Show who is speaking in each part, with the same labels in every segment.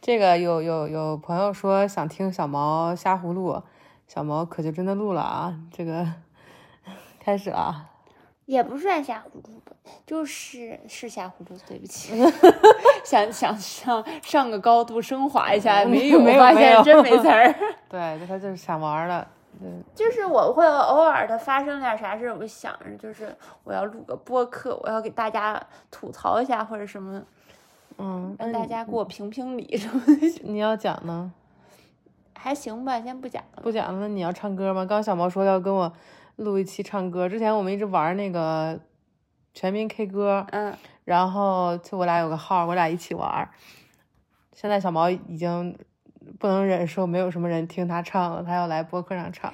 Speaker 1: 这个有有有朋友说想听小毛瞎胡录，小毛可就真的录了啊！这个 开始了啊，
Speaker 2: 也不算瞎糊涂吧，就是是瞎糊涂。对不 起，想想上上个高度升华一下，没有
Speaker 1: 没有
Speaker 2: 发
Speaker 1: 没有
Speaker 2: 现真没词儿。
Speaker 1: 对，就他就是想玩儿了，嗯，
Speaker 2: 就是我会偶尔的发生点啥事儿，我就想着就是我要录个播客，我要给大家吐槽一下或者什么，
Speaker 1: 嗯，
Speaker 2: 让
Speaker 1: 那
Speaker 2: 大
Speaker 1: 你
Speaker 2: 家给我评评理什么的，
Speaker 1: 你要讲呢？
Speaker 2: 还行吧，先不讲了。
Speaker 1: 不讲了，那你要唱歌吗？刚小毛说要跟我录一期唱歌，之前我们一直玩那个全民 K 歌，
Speaker 2: 嗯，
Speaker 1: 然后就我俩有个号，我俩一起玩儿。现在小毛已经不能忍受没有什么人听他唱了，他要来播客上唱。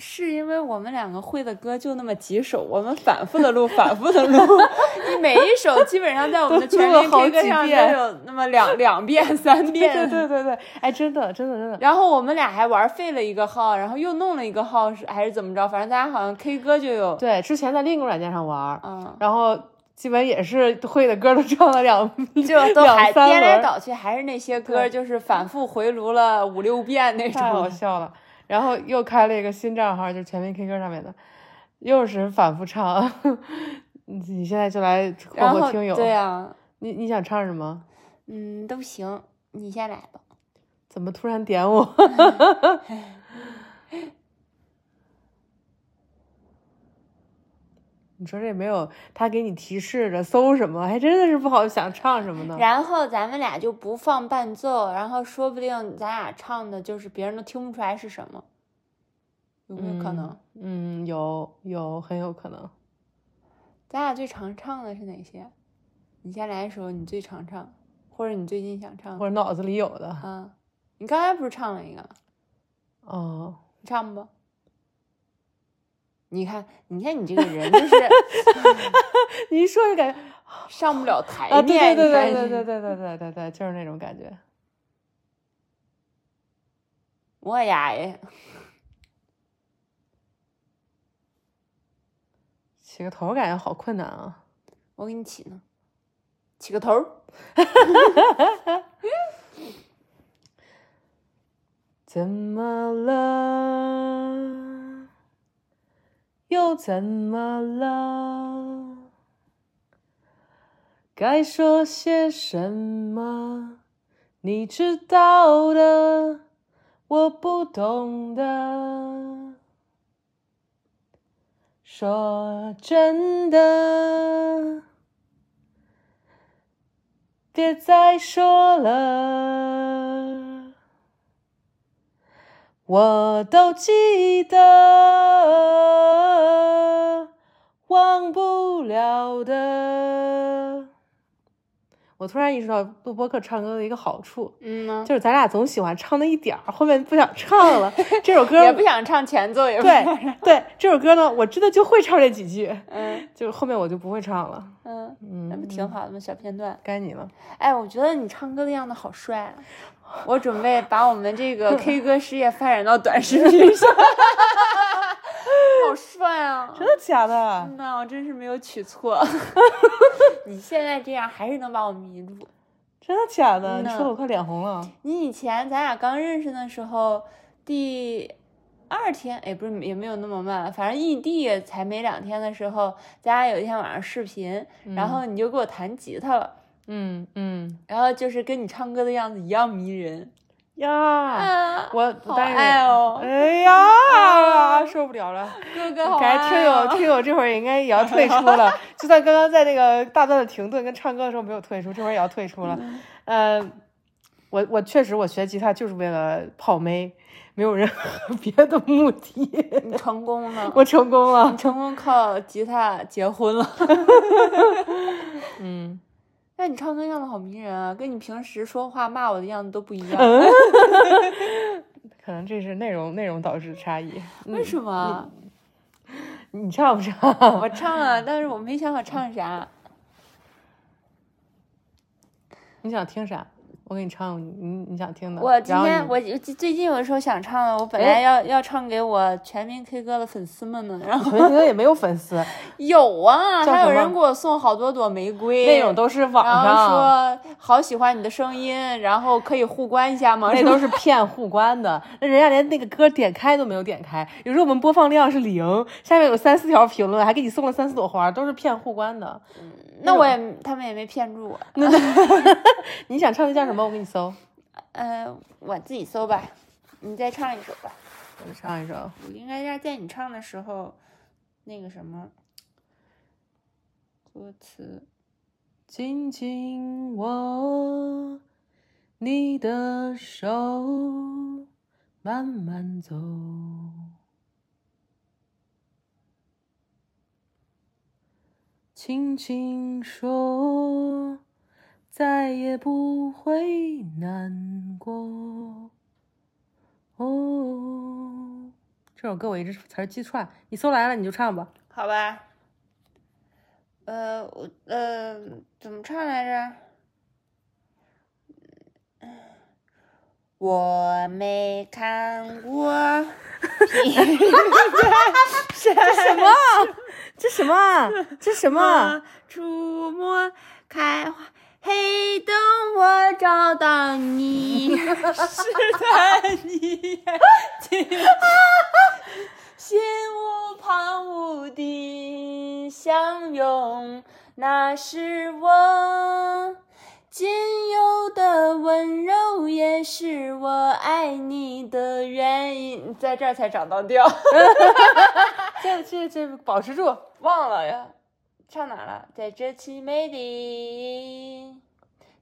Speaker 2: 是因为我们两个会的歌就那么几首，我们反复的录，反复的录， 你每一首基本上在我们的
Speaker 1: 都
Speaker 2: 全
Speaker 1: 录了
Speaker 2: 民
Speaker 1: 好
Speaker 2: K 歌
Speaker 1: 几
Speaker 2: 上都
Speaker 1: 遍
Speaker 2: 有那么两两遍、三遍。
Speaker 1: 对 对对对，哎，真的真的真的，
Speaker 2: 然后我们俩还玩废了一个号，然后又弄了一个号，是还是怎么着？反正大家好像 K 歌就有，
Speaker 1: 对，之前在另一个软件上玩儿，
Speaker 2: 嗯，
Speaker 1: 然后基本也是会的歌都唱了 两，
Speaker 2: 就都还
Speaker 1: 两三
Speaker 2: 颠来
Speaker 1: 轮
Speaker 2: 倒去，还是那些歌，
Speaker 1: 对
Speaker 2: 就是反复回炉了五六遍那
Speaker 1: 太 好
Speaker 2: 种。
Speaker 1: 笑了。然后又开了一个新账号，就是全民 K 歌上面的，又是反复唱。 你你现在就来霍
Speaker 2: 然
Speaker 1: 霍
Speaker 2: 后
Speaker 1: 听友，
Speaker 2: 对呀、啊
Speaker 1: 你你想唱什么？
Speaker 2: 嗯，都行，你先来 吧。
Speaker 1: 怎么突然点 我？ 你说这没有他给你提示着搜什么，还真的是不好想唱什么呢。
Speaker 2: 然后咱们俩就不放伴奏，然后说不定咱俩唱的就是别人都听不出来是什么，有没有可能？
Speaker 1: 嗯，有有很有可能。
Speaker 2: 咱俩最常唱的是哪些？你先来一首你最常唱，或者你最近想唱的
Speaker 1: 或者脑子里有的。
Speaker 2: 啊？你刚才不是唱了一个吗？
Speaker 1: 哦，
Speaker 2: 你唱不？你看，你看你这个人就是
Speaker 1: 你一说就感觉
Speaker 2: 上不了台
Speaker 1: 啊，对对
Speaker 2: 面，
Speaker 1: 对
Speaker 2: 你看
Speaker 1: 对对对对对对对对，就是那种感觉。
Speaker 2: 我呀也
Speaker 1: 起个头感觉好困难啊。
Speaker 2: 我给你起呢，起个头儿。
Speaker 1: 怎么了？又怎么了？该说些什么？你知道的，我不懂的。说真的，别再说了。我都记得，忘不了的。我突然意识到录播客唱歌的一个好处，
Speaker 2: 嗯呢，
Speaker 1: 就是咱俩总喜欢唱那一点儿，后面不想唱 了。这首歌
Speaker 2: 也不想唱前奏，也不想
Speaker 1: 对对，这首歌呢，我真的就会唱这几句，
Speaker 2: 嗯
Speaker 1: 就是后面我就不会唱了。
Speaker 2: 嗯，那不
Speaker 1: 嗯，
Speaker 2: 挺好的吗？小片段。
Speaker 1: 该你 了。
Speaker 2: 哎，我觉得你唱歌的样子好帅 啊！我准备把我们这个 K 歌事业发展到短 视频上，好帅啊！
Speaker 1: 真的假的？
Speaker 2: 真的，我真是没有 取错。你现在这样还是能把我迷住。
Speaker 1: 真的假的？
Speaker 2: 嗯
Speaker 1: 你
Speaker 2: 呐
Speaker 1: 说的我快脸红了。
Speaker 2: 你以前咱俩刚认识的时候，第二天，哎，不是也没有那么慢，反正异地才没两天的时候，咱俩有一天晚上视频，然后你就给我弹吉他了，
Speaker 1: 嗯嗯
Speaker 2: 然后就是跟你唱歌的样子一样迷人
Speaker 1: 呀。
Speaker 2: 啊！
Speaker 1: 我
Speaker 2: 好
Speaker 1: 但是
Speaker 2: 爱哦
Speaker 1: 哎呀，
Speaker 2: 啊
Speaker 1: 受不了了！
Speaker 2: 哥哥好
Speaker 1: 感觉听
Speaker 2: 爱
Speaker 1: 友
Speaker 2: 哦，
Speaker 1: 听友这会儿也应该也要退出了，就算刚刚在那个大段的停顿跟唱歌的时候没有退出，这会儿也要退出了。
Speaker 2: 嗯
Speaker 1: 呃，我我确实我学吉他就是为了泡妹，没有任何别的目 的。
Speaker 2: 你成功了，
Speaker 1: 我成功了
Speaker 2: 你，成功靠吉他结婚了。
Speaker 1: 嗯，
Speaker 2: 那你唱歌样子好迷人啊，跟你平时说话骂我的样子都不一样，
Speaker 1: 可能这是内容内容导致的差异。
Speaker 2: 为什么？
Speaker 1: 你唱不 唱？
Speaker 2: 我唱了，但是我没想好唱啥。
Speaker 1: 你想听啥？我给你唱你你你想听的。
Speaker 2: 我今
Speaker 1: 然后
Speaker 2: 天
Speaker 1: 嗯你
Speaker 2: 我我最近有的时候想唱啊的，我本
Speaker 1: 哎
Speaker 2: 来要要唱给我全民 K 歌的粉丝们呢，然后
Speaker 1: 陈奕迅也没有粉 丝，
Speaker 2: 有啊，
Speaker 1: 叫
Speaker 2: 还有
Speaker 1: 什么
Speaker 2: 人给我送好多朵玫瑰，
Speaker 1: 那种都是网
Speaker 2: 然
Speaker 1: 上，
Speaker 2: 后说好喜欢你的声音，然后可以互关一下吗？
Speaker 1: 那
Speaker 2: 什么
Speaker 1: 都是骗互关的。那人家连那个歌点开都没有点开，有时候我们播放量是零，下面有三四条评论，还给你送了三四朵花，都是骗互关的。
Speaker 2: 那我也他们也没骗住我，
Speaker 1: 你想唱的叫什么？我给你搜，
Speaker 2: 呃，我自己搜吧，你再唱一首吧。
Speaker 1: 我给你唱一首。
Speaker 2: 我应该在在你唱的时候，那个什么歌词，
Speaker 1: 紧紧握你的手，慢慢走。轻轻说，再也不会难过。哦，这首歌我一直词儿记串，你搜来了你就唱吧。
Speaker 2: 好吧？呃，我呃怎么唱来着？我没看过
Speaker 1: 什么？这什么？啊这什么？啊
Speaker 2: 触摸开花黑灯，我找到你， 是在你眼睛，心无旁骛地相拥，那是我。仅有的温柔，也是我爱你的原因。在这儿才找到调，
Speaker 1: 这这这保持住。
Speaker 2: 忘了呀，唱哪了？在这凄美的，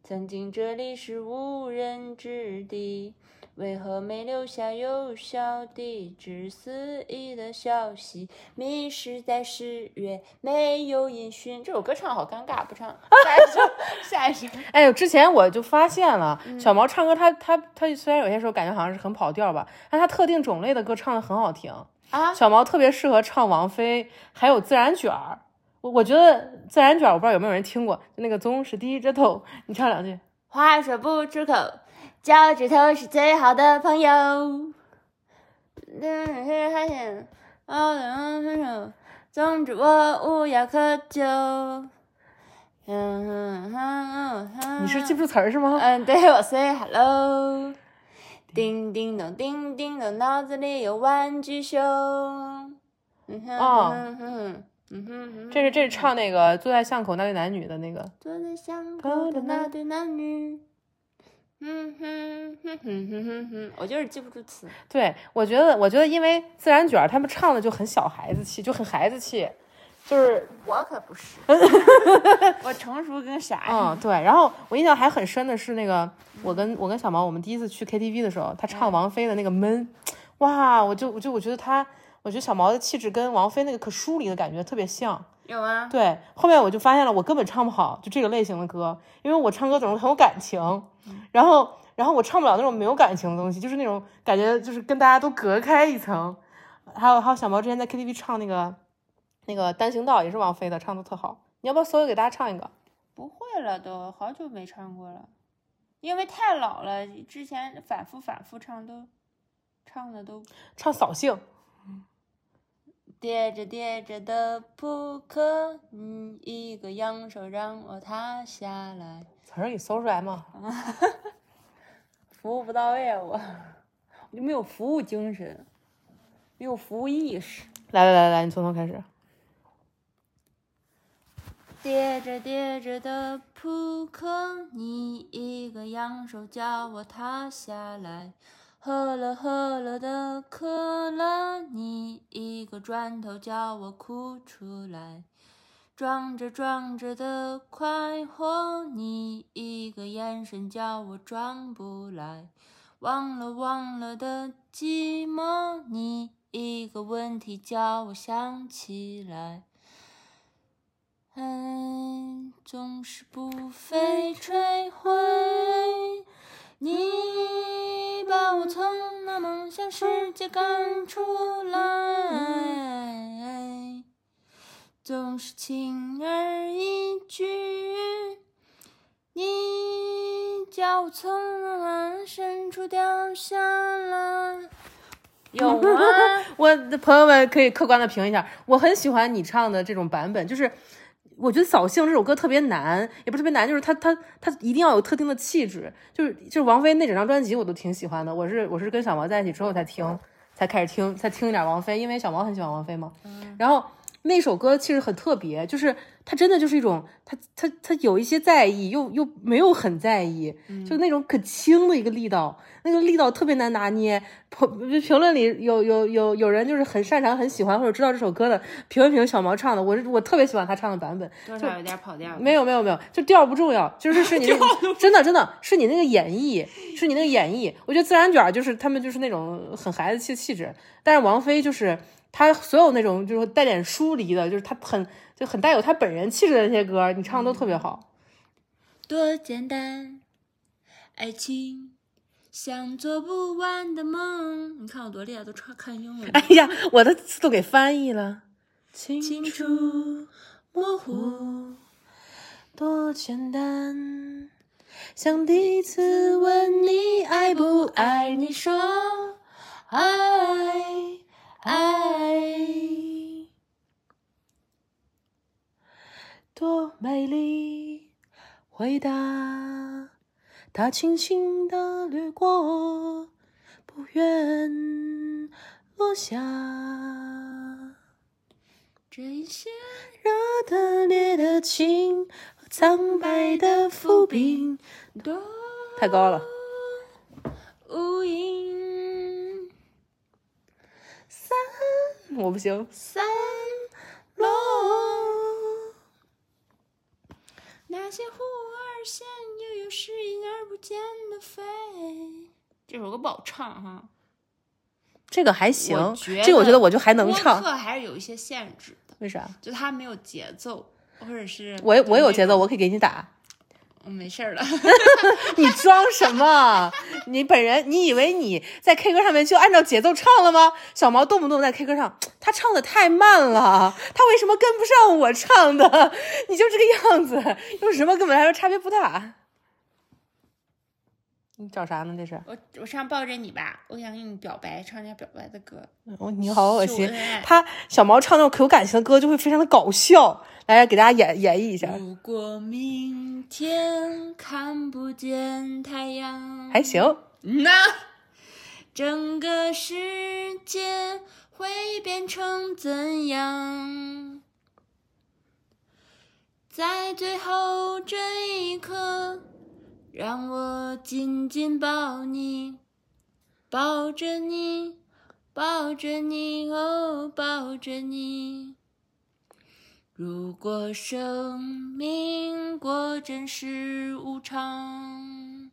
Speaker 2: 曾经这里是无人之地，为何没留下有效地址？肆意的消息，迷失在十月，没有音讯。这首歌唱好尴尬，不唱。下一首，下一首。
Speaker 1: 哎呦，之前我就发现了，
Speaker 2: 嗯
Speaker 1: 小毛唱歌他，他他虽然有些时候感觉好像是很跑调吧，但他特定种类的歌唱的很好听。
Speaker 2: 啊
Speaker 1: 小毛特别适合唱王菲，还有自然卷儿。我我觉得自然卷儿，我不知道有没有人听过，那个总是低着头，你唱两句。
Speaker 2: 话说不出口，脚趾头是最好的朋友。但是还想熬两分手，总之我无药可救。嗯嗯
Speaker 1: 你是记不住词儿是吗？
Speaker 2: 嗯，对我 say hello。叮叮咚，叮叮咚，脑子里有玩具熊。嗯哼
Speaker 1: 哦
Speaker 2: 嗯哼嗯哼嗯哼，
Speaker 1: 这是这是唱那个坐在巷口那对男女的那个。
Speaker 2: 坐在巷
Speaker 1: 口
Speaker 2: 口
Speaker 1: 的
Speaker 2: 的
Speaker 1: 那
Speaker 2: 那对男女。嗯哼哼哼哼哼哼，我就是记不住词。
Speaker 1: 对，我觉得我觉得因为自然卷儿他们唱的就很小孩子气，就很孩子气，就是
Speaker 2: 我可不是，我成熟跟啥呀？
Speaker 1: 嗯，对。然后我印象还很深的是那个，我跟我跟小毛，我们第一次去 KTV 的时候，他唱王菲的那个《闷》，哇，我就我就我觉得他，我觉得小毛的气质跟王菲那个可疏离的感觉特别像。
Speaker 2: 有吗？
Speaker 1: 对，后面我就发现了，我根本唱不好就这个类型的歌，因为我唱歌总是很有感情，然后然后我唱不了那种没有感情的东西，就是那种感觉就是跟大家都隔开一层。还有还有小毛之前在 KTV 唱那个那个单行道也是王菲的，唱的特好。你要不要所有给大家唱一个？
Speaker 2: 不会了都，好久没唱过了，因为太老了，之前反复反复唱都唱的都
Speaker 1: 唱扫兴。
Speaker 2: 跌着跌着的扑克，你一个扬手让我塌下来。
Speaker 1: 词儿你搜出来吗？
Speaker 2: 服务不到位啊，我 我就没有服务精神，没有服务意识。
Speaker 1: 来来来来，你从头开始。
Speaker 2: 叠着叠着的扑克，你一个扬手叫我塌下来。喝了喝了的可乐，你一个转头叫我哭出来。装着装着的快活，你一个眼神叫我装不来。忘了忘了的寂寞，你一个问题叫我想起来。爱总是不费吹灰，你把我从那梦想世界赶出来，总是轻而易举，你脚从我深处掉下来。有啊吗？
Speaker 1: 我的朋友们可以客观的评一下，我很喜欢你唱的这种版本，就是我觉得《扫兴》这首歌特别难，也不是特别难，就是它它它一定要有特定的气质，就是就是王菲那整张专辑我都挺喜欢的，我是我是跟小毛在一起之后才听，才开始听才听一点王菲，因为小毛很喜欢王菲嘛，然后。那首歌其实很特别，就是它真的就是一种，它它它有一些在意，又又没有很在意，就那种可轻的一个力道，那个力道特别难拿捏。评评论里有有有有人就是很擅长、很喜欢或者知道这首歌的，评论评小毛唱的，我是我特别喜欢他唱的版本，
Speaker 2: 多少有点跑调。
Speaker 1: 没有没有没有，就调不重要，就是是 你那真的真的是你那个演绎，是你那个演绎。我觉得自然卷儿就是他们就是那种很孩子气气质，但是王菲就是她所有那种就是带点疏离的，就是她很就很带有她本人气质的那些歌，你唱的都特别好。
Speaker 2: 多简单，爱情像做不完的梦。你看我多厉害，都唱看英文。
Speaker 1: 哎呀，我的字都给翻译 了，清
Speaker 2: 清楚，模糊，
Speaker 1: 多简单，像第一次问你爱不爱
Speaker 2: 而你说爱爱。
Speaker 1: 多美丽！回答，它轻轻地掠过，不愿落下。啊
Speaker 2: 这一些
Speaker 1: 热的、烈的情和苍白的浮萍，
Speaker 2: 多
Speaker 1: 太高了。
Speaker 2: 无垠，
Speaker 1: 我不行。
Speaker 2: 散落。那些忽而现，又有时隐而不见的飞。这首歌不好唱哈，
Speaker 1: 这个还行
Speaker 2: 我觉，
Speaker 1: 这个我觉得
Speaker 2: 得
Speaker 1: 我就还能
Speaker 2: 播
Speaker 1: 唱。
Speaker 2: 客还是有一些限制的，
Speaker 1: 为啥？
Speaker 2: 就它没有节奏，或者是
Speaker 1: 我我有节奏，
Speaker 2: 我
Speaker 1: 我可以给你打。
Speaker 2: 没事儿了。
Speaker 1: 你装什么？你本人，你以为你在 K 歌上面就按照节奏唱了吗？小毛动不动在 K 歌上，他唱的太慢了，他为什么跟不上我唱的？你就这个样子，用什么跟我们来说差别不大。你找啥呢？这是？
Speaker 2: 我我唱抱着你吧，我想跟你表白，唱一下表白的歌。
Speaker 1: 哦，你好恶
Speaker 2: 秀
Speaker 1: 心
Speaker 2: 恩爱。
Speaker 1: 他小毛唱那种可有感情的歌，就会非常的搞笑。来，给大家演演绎一下，
Speaker 2: 如果明天看不见太阳，
Speaker 1: 还行。
Speaker 2: 那整个世界会变成怎样？在最后这一刻，让我紧紧抱你，抱着你，抱着你，哦，抱着你。如果生命果真是无常。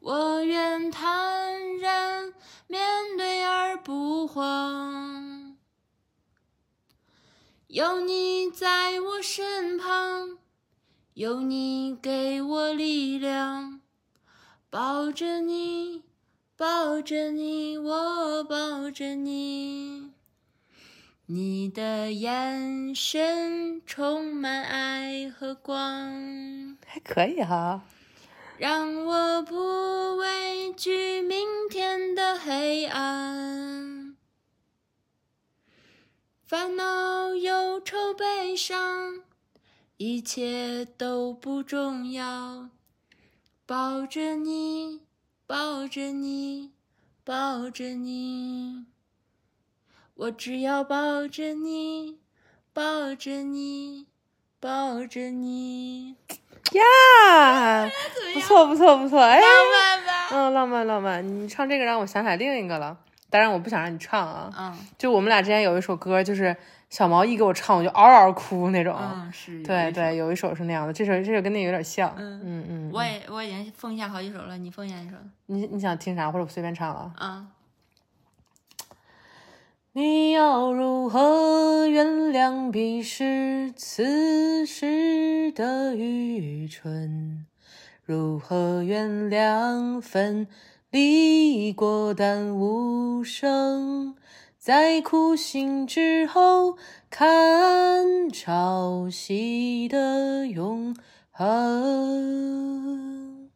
Speaker 2: 我愿坦然面对而不慌，有你在我身旁，有你给我力量，抱着你，抱着你，我抱着你。你的眼神充满爱和光。
Speaker 1: 还可以哈，
Speaker 2: 让我不畏惧明天的黑暗，烦恼、忧愁、悲伤，一切都不重要。抱着你，抱着你，抱着你，我只要抱着你，抱着你，抱着你。
Speaker 1: 呀，啊不 错不错不错，哎，
Speaker 2: 慢慢，
Speaker 1: 嗯，浪漫浪漫，你唱这个让我想起来另一个了。当然，我不想让你唱啊。
Speaker 2: 嗯。
Speaker 1: 就我们俩之前有一首歌，就是小毛一给我唱，我就嗷嗷哭那种。
Speaker 2: 嗯，是，
Speaker 1: 对，对，有一首是那样的，这首这首跟那有点像。
Speaker 2: 嗯
Speaker 1: 嗯嗯，
Speaker 2: 我也我已经奉献好几首了，你奉献一首
Speaker 1: 你你想听啥，或者我随便唱啊？
Speaker 2: 啊？
Speaker 1: 你要如何原谅彼时此时的愚蠢？如何原谅分离过但无声？在哭醒之后，看潮汐的永恒。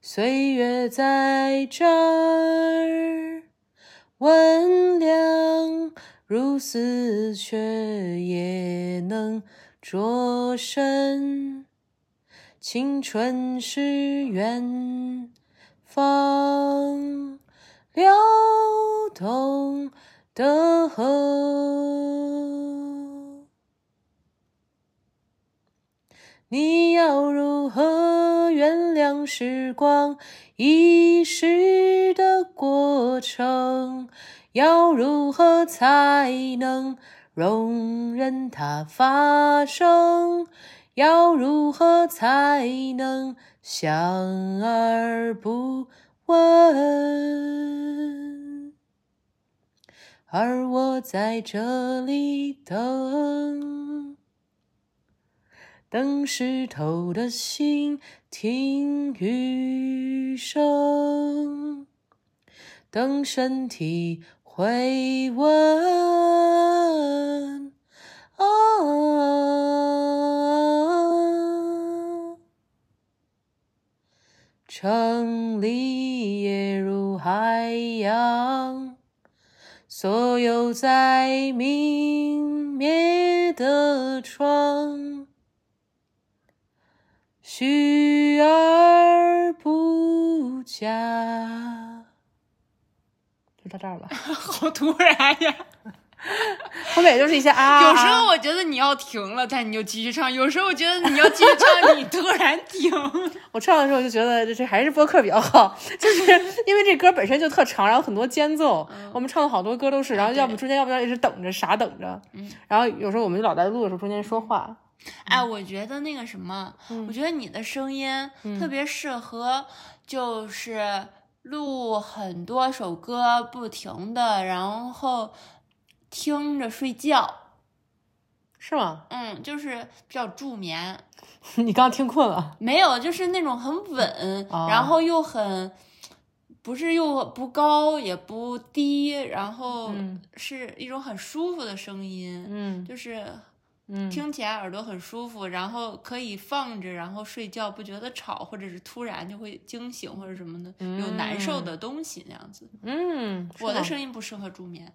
Speaker 1: 岁月在这儿温凉，如丝却也能着身。青春是远方流动的河，你要如何原谅时光遗失的过程？要如何才能容忍它发生？要如何才能相而不闻？而我在这里等，等湿透的心听雨声，等身体回温。啊，城里也如海洋，所有在明灭的窗，虚而不假。就到这 儿了，
Speaker 2: 好突然呀！
Speaker 1: 后面也就是一些啊，
Speaker 2: 有时候我觉得你要停了，但你就继续唱；有时候我觉得你要继续唱，你突然停。
Speaker 1: 我唱的时候就觉得这这还是播客比较好， 就是因为这歌本身就特长，然后很多间奏，
Speaker 2: 嗯
Speaker 1: 我们唱的好多歌都是，
Speaker 2: 啊
Speaker 1: 然后要不中间要不要一直等着傻等着，
Speaker 2: 嗯
Speaker 1: 然后有时候我们就老在录的时候中间说话，嗯
Speaker 2: 哎，我觉得那个什么，我觉得你的声音特别适合，就是录很多首歌不停的，然后听着睡觉。
Speaker 1: 是吗？
Speaker 2: 嗯，就是比较助眠，
Speaker 1: 你刚听困了，
Speaker 2: 没有，就是那种很稳，
Speaker 1: 哦
Speaker 2: 然后又很，不是又不高也不低，然后
Speaker 1: 嗯
Speaker 2: 是一种很舒服的声音，
Speaker 1: 嗯
Speaker 2: 就是
Speaker 1: 嗯，
Speaker 2: 听起来耳朵很舒服，然后可以放着，然后睡觉不觉得吵，或者是突然就会惊醒或者什么的，有难受的东西那样子。
Speaker 1: 嗯，
Speaker 2: 我的
Speaker 1: 音，
Speaker 2: 声音不适合助眠，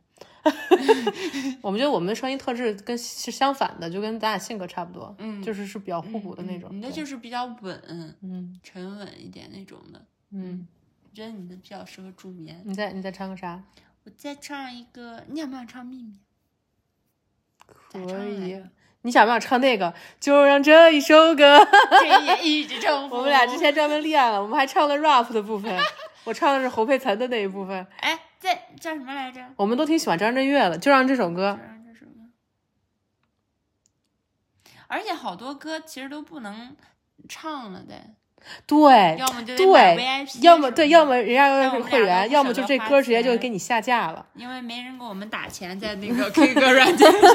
Speaker 1: 我们觉得我们的声音特质跟是相反的，就跟咱俩性格差不多，
Speaker 2: 嗯
Speaker 1: 就是是比较互补的那种，
Speaker 2: 你的
Speaker 1: 对
Speaker 2: 就是比较稳、
Speaker 1: 嗯
Speaker 2: 沉稳一点那种的，
Speaker 1: 嗯，
Speaker 2: 我觉得你的比较适合助眠。
Speaker 1: 你再你再唱个啥？
Speaker 2: 我再唱一个，你想不想唱秘密？咋唱
Speaker 1: 可
Speaker 2: 来
Speaker 1: 以
Speaker 2: 着，
Speaker 1: 你想不想唱那个？就让这一首歌。
Speaker 2: 这也一直重复。
Speaker 1: 我们俩之，前专门练了，我们还唱了 rap 的部分，我唱的是侯佩岑的那一部分。
Speaker 2: 哎，这叫什么来着？
Speaker 1: 我们都挺喜欢张震岳的，就让这首
Speaker 2: 这
Speaker 1: 歌，
Speaker 2: 这什么？而且好多歌其实都不能唱了的，
Speaker 1: 对
Speaker 2: 要么就得买
Speaker 1: 对
Speaker 2: VIP，，
Speaker 1: 要么对，要
Speaker 2: 么
Speaker 1: 么人家要
Speaker 2: 但我
Speaker 1: 是
Speaker 2: 们
Speaker 1: 会
Speaker 2: 俩
Speaker 1: 员，
Speaker 2: 都不
Speaker 1: 要
Speaker 2: 舍
Speaker 1: 么就
Speaker 2: 得
Speaker 1: 这
Speaker 2: 花
Speaker 1: 歌直接就
Speaker 2: 钱
Speaker 1: 给你下架了。
Speaker 2: 因为没人给我们打钱，在那个 K 歌软件上。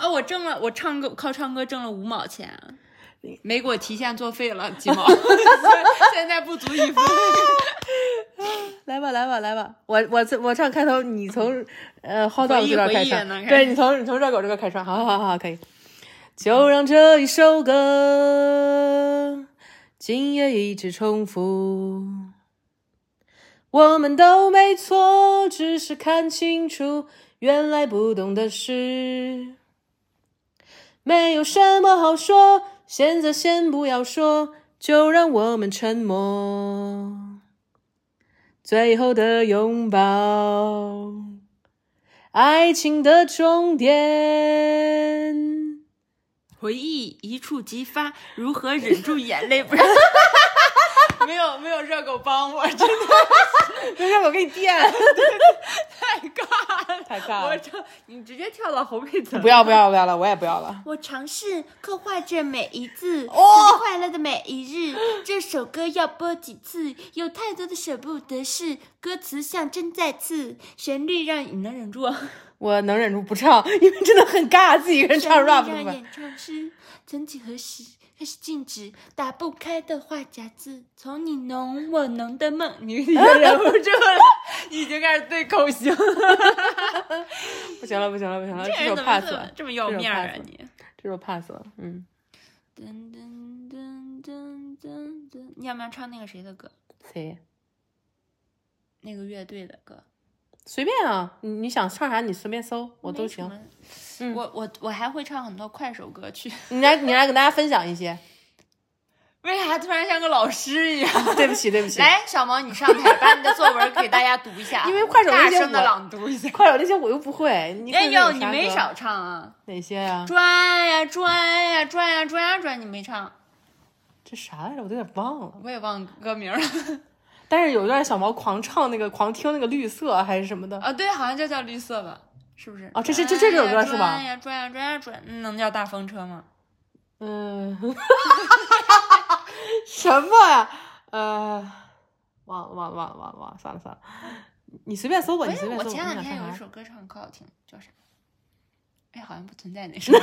Speaker 2: 啊，我挣了，我唱歌靠唱歌挣了五毛钱，没给我提现作废了几毛， 现在不足一分。
Speaker 1: 来吧，来吧，来吧，我我我唱开头，你从呃 Hold on
Speaker 2: 嗯回忆
Speaker 1: 这段开
Speaker 2: 回忆
Speaker 1: 始
Speaker 2: 也
Speaker 1: 唱
Speaker 2: 能，开
Speaker 1: 对
Speaker 2: 始
Speaker 1: 你从你从热狗这个开始唱，好好好好，可以。就让这一首歌今夜一直重复，我们都没错，只是看清楚，原来不懂的事。没有什么好说，现在先不要说，就让我们沉默。最后的拥抱，爱情的终点。
Speaker 2: 回忆一触即发，如何忍住眼泪？不是， 没有没有热狗帮 我，真的
Speaker 1: 别哎让我给你垫，
Speaker 2: 太尬了，
Speaker 1: 太尬了
Speaker 2: 我这你直接跳到侯佩岑，
Speaker 1: 不要不要不要了，我也不要了。
Speaker 3: 我尝试刻画着每一字，
Speaker 1: 哦
Speaker 3: 哦、快乐的每一日。这首歌要播几次？有太多的舍不得事，歌词象征再次，旋律让你能忍住啊，
Speaker 1: 我能忍住不唱，因为真的很尬，自己一个人唱
Speaker 3: 旋律
Speaker 1: rap
Speaker 3: 让
Speaker 1: 部分
Speaker 3: 演唱师。曾几何时开始静止，打不开的话匣子，从你浓我浓的梦， 你
Speaker 2: 忍不住了，已经开始对口型了。
Speaker 1: 不行了不行了不行了，
Speaker 2: 这
Speaker 1: 啊这
Speaker 2: 人
Speaker 1: 首
Speaker 2: 怎么
Speaker 1: pass
Speaker 2: 这么
Speaker 1: 了，
Speaker 2: 这么要面儿啊你？
Speaker 1: 这首 pass 了。嗯，
Speaker 2: 噔噔噔噔噔噔，你要不要唱那个谁的歌？
Speaker 1: 谁？
Speaker 2: 那个乐队的歌，
Speaker 1: 随便啊，你你想唱啥你随便搜，我都
Speaker 2: 没什
Speaker 1: 行。嗯
Speaker 2: 么。我我我还会唱很多快手歌曲，
Speaker 1: 你来你来给大家分享一些。
Speaker 2: 为啥突然像个老师一样？
Speaker 1: 对不起对不起，
Speaker 2: 来，小毛，你上台把你的作文给大家读一下，
Speaker 1: 因为快手那
Speaker 2: 大
Speaker 1: 些
Speaker 2: 声的
Speaker 1: 我
Speaker 2: 朗读一 下。
Speaker 1: 快手那些我又不会。你
Speaker 2: 哎
Speaker 1: 看
Speaker 2: 呦，
Speaker 1: 看
Speaker 2: 你
Speaker 1: 啥
Speaker 2: 没
Speaker 1: 歌
Speaker 2: 少唱啊！
Speaker 1: 哪些呀、
Speaker 2: 转呀转呀转呀转呀转，你没唱，
Speaker 1: 这啥来着？我都有点忘了。
Speaker 2: 我也忘歌名了
Speaker 1: 但是有一段小毛狂唱那个狂听那个绿色还是什么的。
Speaker 2: 啊。对，好像就叫绿色吧，是不是？哎
Speaker 1: 哦这是这这首歌是吧
Speaker 2: 转呀转呀转呀转，嗯能叫大风车吗？
Speaker 1: 嗯， 什么呀？呃，忘了忘了忘了忘了忘了，算了算了，你随便搜吧，
Speaker 2: 哎
Speaker 1: 哦你随，便
Speaker 2: 我
Speaker 1: 搜吧。
Speaker 2: 前两
Speaker 1: 你想
Speaker 2: 天
Speaker 1: 看
Speaker 2: 有一
Speaker 1: 啥
Speaker 2: 首歌唱得可好听，叫啥？哎，好像不存在 那首歌。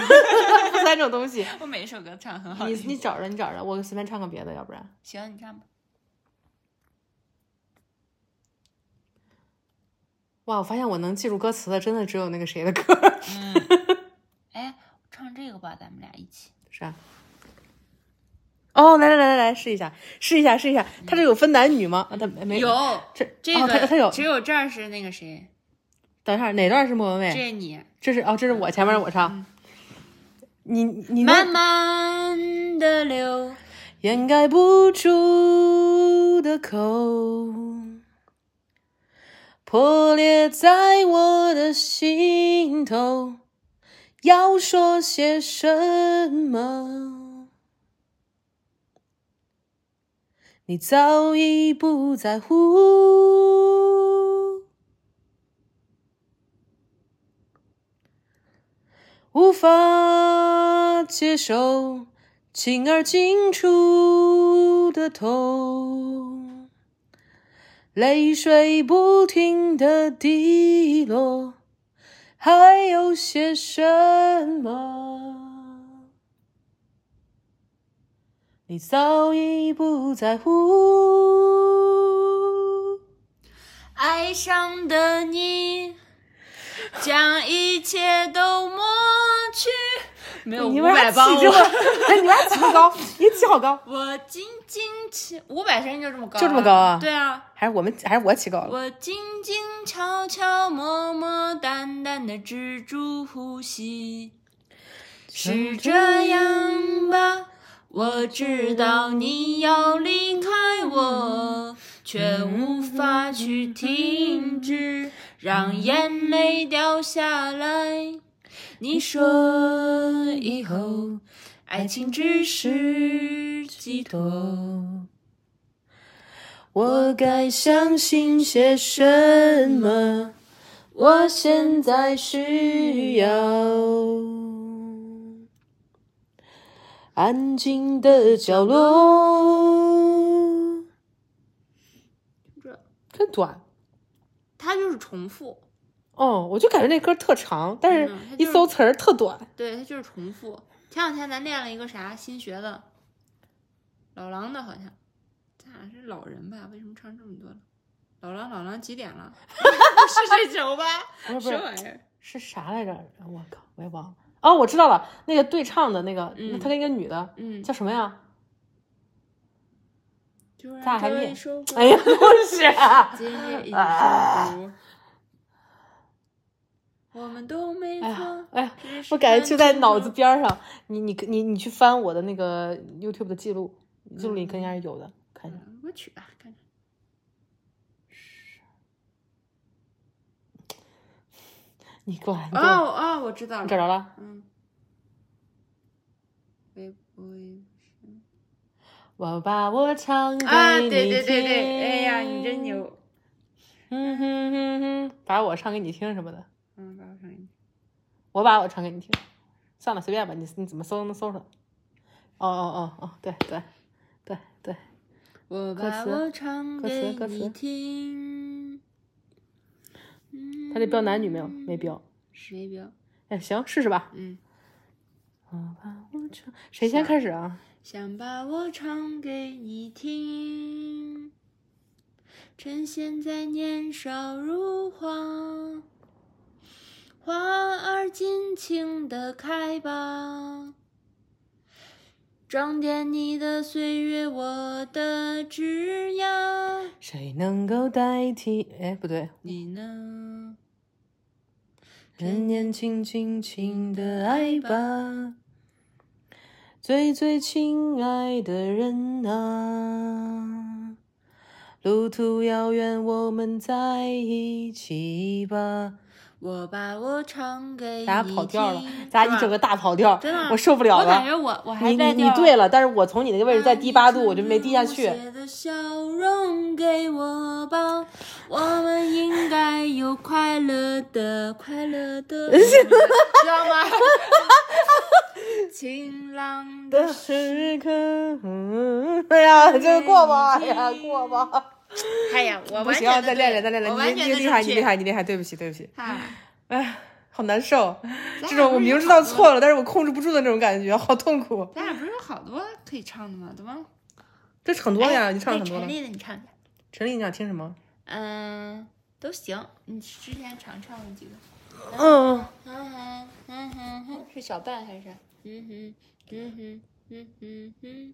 Speaker 1: 这三种东西，
Speaker 2: 我每一首歌唱得很 好
Speaker 1: 你
Speaker 2: 听。
Speaker 1: 你找着你找着，我随便唱个别的，要不然
Speaker 2: 行，你唱吧。
Speaker 1: 哇，我发现我能记住歌词的真的只有那个谁的歌，
Speaker 2: 哎，唱这个吧，咱们俩一起。
Speaker 1: 啥？哦，来来来来来，试一下，试一下，试一下，它这有分男女吗？啊，它没
Speaker 2: 有
Speaker 1: 这
Speaker 2: 这
Speaker 1: 哦
Speaker 2: 个，
Speaker 1: 它它有。
Speaker 2: 只有这儿是那个谁，
Speaker 1: 等一下，哪段是莫文蔚？
Speaker 2: 这你
Speaker 1: 这是哦，这是我前面我唱。你你能
Speaker 2: 慢慢的流。
Speaker 1: 掩盖不住的口，破裂在我的心头。要说些什么？你早已不在乎，无法接受。进而进出的痛，泪水不停的滴落，还有些什么？你早已不在乎，
Speaker 2: 爱上的你，将一切都抹去。没有五百帮
Speaker 1: 这么，
Speaker 2: 我，
Speaker 1: 哎，你俩起不高，你起好高，
Speaker 2: 我紧紧起五百声音就这么高啊，
Speaker 1: 就这么高啊
Speaker 2: 对啊，
Speaker 1: 还是我们还是我起高了。
Speaker 2: 我静静悄悄、默默淡淡的止住呼吸，是这样吧？我知道你要离开我，却无法去停止，让眼泪掉下来。你说以后爱情只是寄托。
Speaker 1: 我该相信些什么？我现在需要安静的角落。真短
Speaker 2: 它就是重复，
Speaker 1: 哦，我就感觉那歌特长，但是
Speaker 2: 嗯它
Speaker 1: 一
Speaker 2: 就是
Speaker 1: 搜词儿特短。
Speaker 2: 对，它就是重复。前两天咱练了一个啥新学的，老狼的好像，咱俩是老人吧？为什么唱这么多了？老狼老狼几点了？ 是这首吧？
Speaker 1: 不是不
Speaker 2: 什么
Speaker 1: 是
Speaker 2: 玩意儿？
Speaker 1: 是啥来着？我靠，我也忘了。哦，我知道了，那个对唱的那个，
Speaker 2: 嗯
Speaker 1: 他跟一个女的
Speaker 2: 嗯，
Speaker 1: 叫什么呀？
Speaker 2: 就
Speaker 1: 咱俩
Speaker 2: 让
Speaker 1: 还
Speaker 2: 这
Speaker 1: 练
Speaker 2: 一首 歌，
Speaker 1: 哎呀，不是、
Speaker 2: 今夜一
Speaker 1: 啊
Speaker 2: 首歌，我们都没
Speaker 1: 哎
Speaker 2: 错
Speaker 1: 呀，。哎呀，
Speaker 2: 只是
Speaker 1: 我感觉就在脑子
Speaker 2: 单纯
Speaker 1: 边儿上。
Speaker 2: 嗯
Speaker 1: 你你你你去翻我的那个 YouTube 的记录，记录里应该是有的，看一下
Speaker 2: 中。嗯歌曲吧，看看。
Speaker 1: 你过来，你给我、
Speaker 2: 哦哦，我知道
Speaker 1: 你找
Speaker 2: 了，
Speaker 1: 着了？
Speaker 2: 嗯。微博微
Speaker 1: 我把我唱给你听。
Speaker 2: 啊，对对对对，哎呀，你真。牛！
Speaker 1: 嗯哼哼哼，把我唱给你听什么的，
Speaker 2: 嗯，把我声音。
Speaker 1: 我把我唱给你听。算了，随便吧，你你怎么搜都能搜上。哦哦哦哦，对对对对，
Speaker 2: 我
Speaker 1: 歌
Speaker 2: 把
Speaker 1: 词
Speaker 2: 我唱
Speaker 1: 歌词
Speaker 2: 给
Speaker 1: 歌词
Speaker 2: 你听。嗯
Speaker 1: 他这标男女没有？没标。
Speaker 2: 谁标？
Speaker 1: 哎，行，试试吧。
Speaker 2: 嗯，
Speaker 1: 我把我唱，谁先开始啊？
Speaker 2: 想把我唱给你听，趁现在年少如花，花儿尽情的开吧。装点你的岁月，我的枝桠。
Speaker 1: 谁能够代替？哎，不对，
Speaker 2: 你呢？
Speaker 1: 人年轻轻轻的爱吧，最最亲爱的人啊，路途遥远，我们在一起吧。
Speaker 2: 我把我唱给你
Speaker 1: 咱俩跑调了
Speaker 2: 听，
Speaker 1: 咱俩一整个大跑调
Speaker 2: 真的吗，
Speaker 1: 我受不了
Speaker 2: 我感
Speaker 1: 了。
Speaker 2: 觉我我还
Speaker 1: 你
Speaker 2: 在
Speaker 1: 你你
Speaker 2: 调儿
Speaker 1: 对了，但是我从你那个位置再低八度，我就没低下去。
Speaker 2: 你的笑容给我吧，我们应该有快乐的快 乐的，知道吗？晴朗的
Speaker 1: 的时刻，嗯，哎呀，这个过吧，哎呀，过吧，
Speaker 2: 太阳，我
Speaker 1: 不
Speaker 2: 完
Speaker 1: 行
Speaker 2: 全
Speaker 1: 啊，
Speaker 2: 的
Speaker 1: 再练练，再练
Speaker 2: 哎我
Speaker 1: 练，
Speaker 2: 完
Speaker 1: 你
Speaker 2: 全
Speaker 1: 你
Speaker 2: 地
Speaker 1: 厉害，
Speaker 2: 正
Speaker 1: 你
Speaker 2: 确
Speaker 1: 厉害，你厉害，对不起，对不起，
Speaker 2: 啊
Speaker 1: 哎，好难受，这
Speaker 2: 俩
Speaker 1: 种我
Speaker 2: 不是
Speaker 1: 明知道错了，但是我控制不住的那种感觉，好痛苦。
Speaker 2: 咱俩不是有好多可以唱的吗？怎么？
Speaker 1: 这很多呀，你唱了
Speaker 2: 哎
Speaker 1: 很多
Speaker 2: 那陈
Speaker 1: 了。
Speaker 2: 丽的你唱一下，
Speaker 1: 陈丽，你想听什么？
Speaker 2: 嗯，都行。你之前常唱的几个？
Speaker 1: 嗯，
Speaker 2: 嗯哼，嗯哼哼，是小半还是啥？嗯哼，嗯哼，嗯哼哼，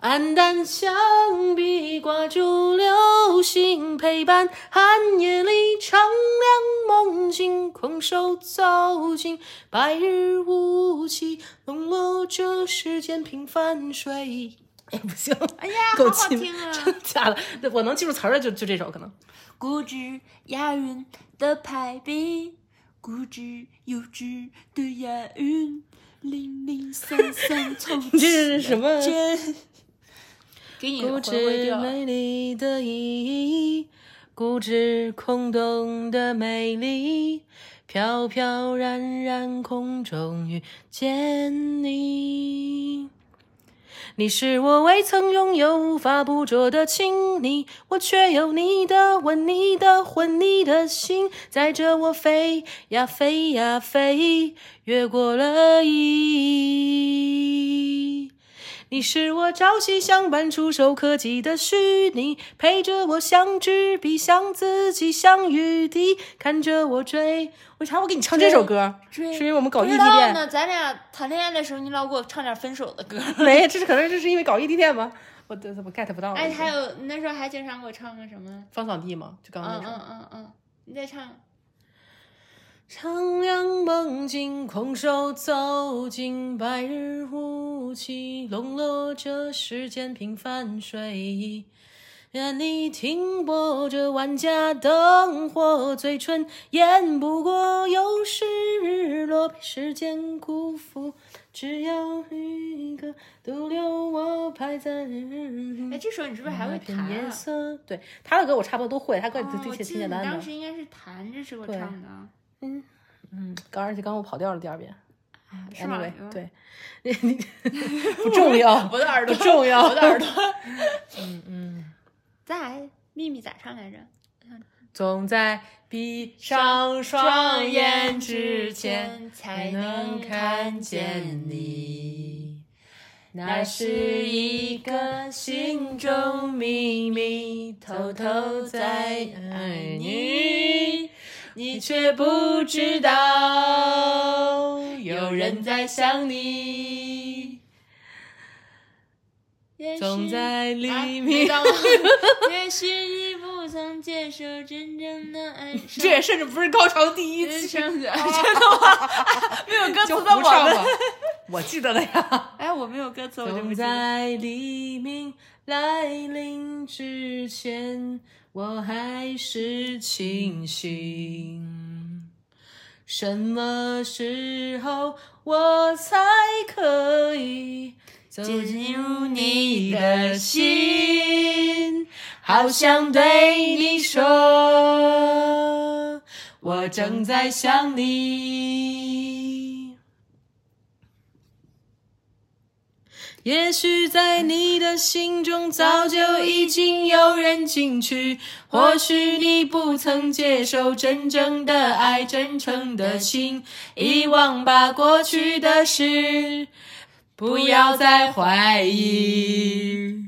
Speaker 1: 黯淡墙壁挂住流星，陪伴寒夜里敞亮梦境，空手走进白日无期，笼络着世间平凡水。哎，不行，哎呀，够
Speaker 2: 好好
Speaker 1: 气，
Speaker 2: 听啊
Speaker 1: 真假的？那我能记住词儿的就就这首可能。
Speaker 2: 固执押韵的排比，固执幼稚的押韵，零零散散凑
Speaker 1: 你这是什么？
Speaker 2: 给你
Speaker 1: 固
Speaker 2: 回归
Speaker 1: 执
Speaker 2: 掉。
Speaker 1: 美丽的意义，固执空洞的美丽，飘飘然然空中遇见你。你是我未曾拥有、无法捕捉的亲昵，我却有你的吻、你的魂、你的心，载着我飞呀飞呀飞，越过了忆。你是我朝夕相伴、触手可及的虚拟，陪着我像纸笔、像自己、像雨滴，看着我追。为啥我给你唱这首歌？是因为我们搞异地
Speaker 2: 不知道 呢，
Speaker 1: 恋？
Speaker 2: 咱俩谈恋爱的时候，你老给我唱点分手的歌。
Speaker 1: 没，哎这是可能这是因为搞异地恋吗？我怎么 get 不到？
Speaker 2: 哎，还有你那时候还经常给我唱个什么？
Speaker 1: 芳草地吗？就刚刚
Speaker 2: 嗯
Speaker 1: 那首。
Speaker 2: 嗯嗯嗯，你再唱。
Speaker 1: 徜徉梦境，空手走进白日无期，笼络着世间平凡水意。愿你停泊着万家灯火，嘴唇言不过有时日落，被时间辜负。只要一个独留我排在
Speaker 2: 哎，这时候你是不是还会
Speaker 1: 嗯那
Speaker 2: 弹
Speaker 1: 片夜
Speaker 2: 啊？
Speaker 1: 色。对他的歌我差不多都会，他歌
Speaker 2: 哦
Speaker 1: 挺
Speaker 2: 我
Speaker 1: 挺
Speaker 2: 记
Speaker 1: 挺简
Speaker 2: 得你
Speaker 1: 单的
Speaker 2: 当。时应该是弹着是我
Speaker 1: 对
Speaker 2: 唱的啊，
Speaker 1: 嗯，刚而且刚我跑调了第二遍。
Speaker 2: 是吗
Speaker 1: Anyway，？
Speaker 2: 嗯，
Speaker 1: 对， 你你不重要，
Speaker 2: 我的耳朵
Speaker 1: 不重要
Speaker 2: 我的耳朵。
Speaker 1: 嗯嗯，
Speaker 2: 咱俩秘密咋唱来着？
Speaker 1: 总在闭上双眼之前才
Speaker 2: 才
Speaker 1: 能看见你，那是一个心中秘密，偷偷在
Speaker 2: 嗯
Speaker 1: 爱你，你却不知道有人在想你。
Speaker 2: 也
Speaker 1: 总
Speaker 2: 许
Speaker 1: 在
Speaker 2: 啊
Speaker 1: 黎
Speaker 2: 你
Speaker 1: 明
Speaker 2: 知，道吗 也许你不曾接受真正的爱上，
Speaker 1: 这 也甚至不 是高潮第一
Speaker 2: 人
Speaker 1: 期，
Speaker 2: 生的。
Speaker 1: 有歌
Speaker 2: 词的我们
Speaker 1: 吧， 我记得了呀。
Speaker 2: 哎，我没有歌词，我就不
Speaker 1: 总
Speaker 2: 记得。
Speaker 1: 在黎明来临之前，我还是清醒。什么时候我才可以走进入你的心？好想对你说，我正在想你。
Speaker 4: 也许在你的心中早就已经有人进去，或许你不曾接受真正的爱，真诚的情，遗忘吧过去的事，不要再怀疑。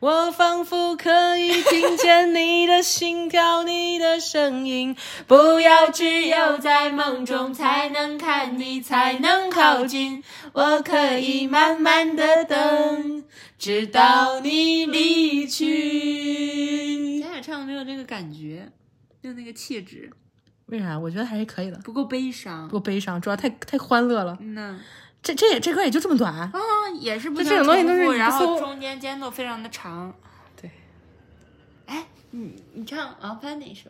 Speaker 4: 我仿佛可以听见你的心跳，你的声音。不要只有在梦中才能看你，才能靠近。我可以慢慢的等，直到你离去。
Speaker 2: 咱俩唱的没有那个感觉，没有那个气质，
Speaker 4: 为啥？我觉得还是可以的，
Speaker 2: 不够悲伤
Speaker 4: 不。够悲伤，主要太太欢乐了。
Speaker 2: 嗯呐，
Speaker 4: 这这也这歌也就这么短，
Speaker 2: 啊，也是不
Speaker 1: 这种东
Speaker 2: 能
Speaker 1: 西
Speaker 2: 重
Speaker 1: 都是
Speaker 2: 复
Speaker 1: 你
Speaker 2: 然后
Speaker 1: 搜
Speaker 2: 中间间奏非常的长。
Speaker 1: 对，
Speaker 2: 哎，你你唱王帆哪首？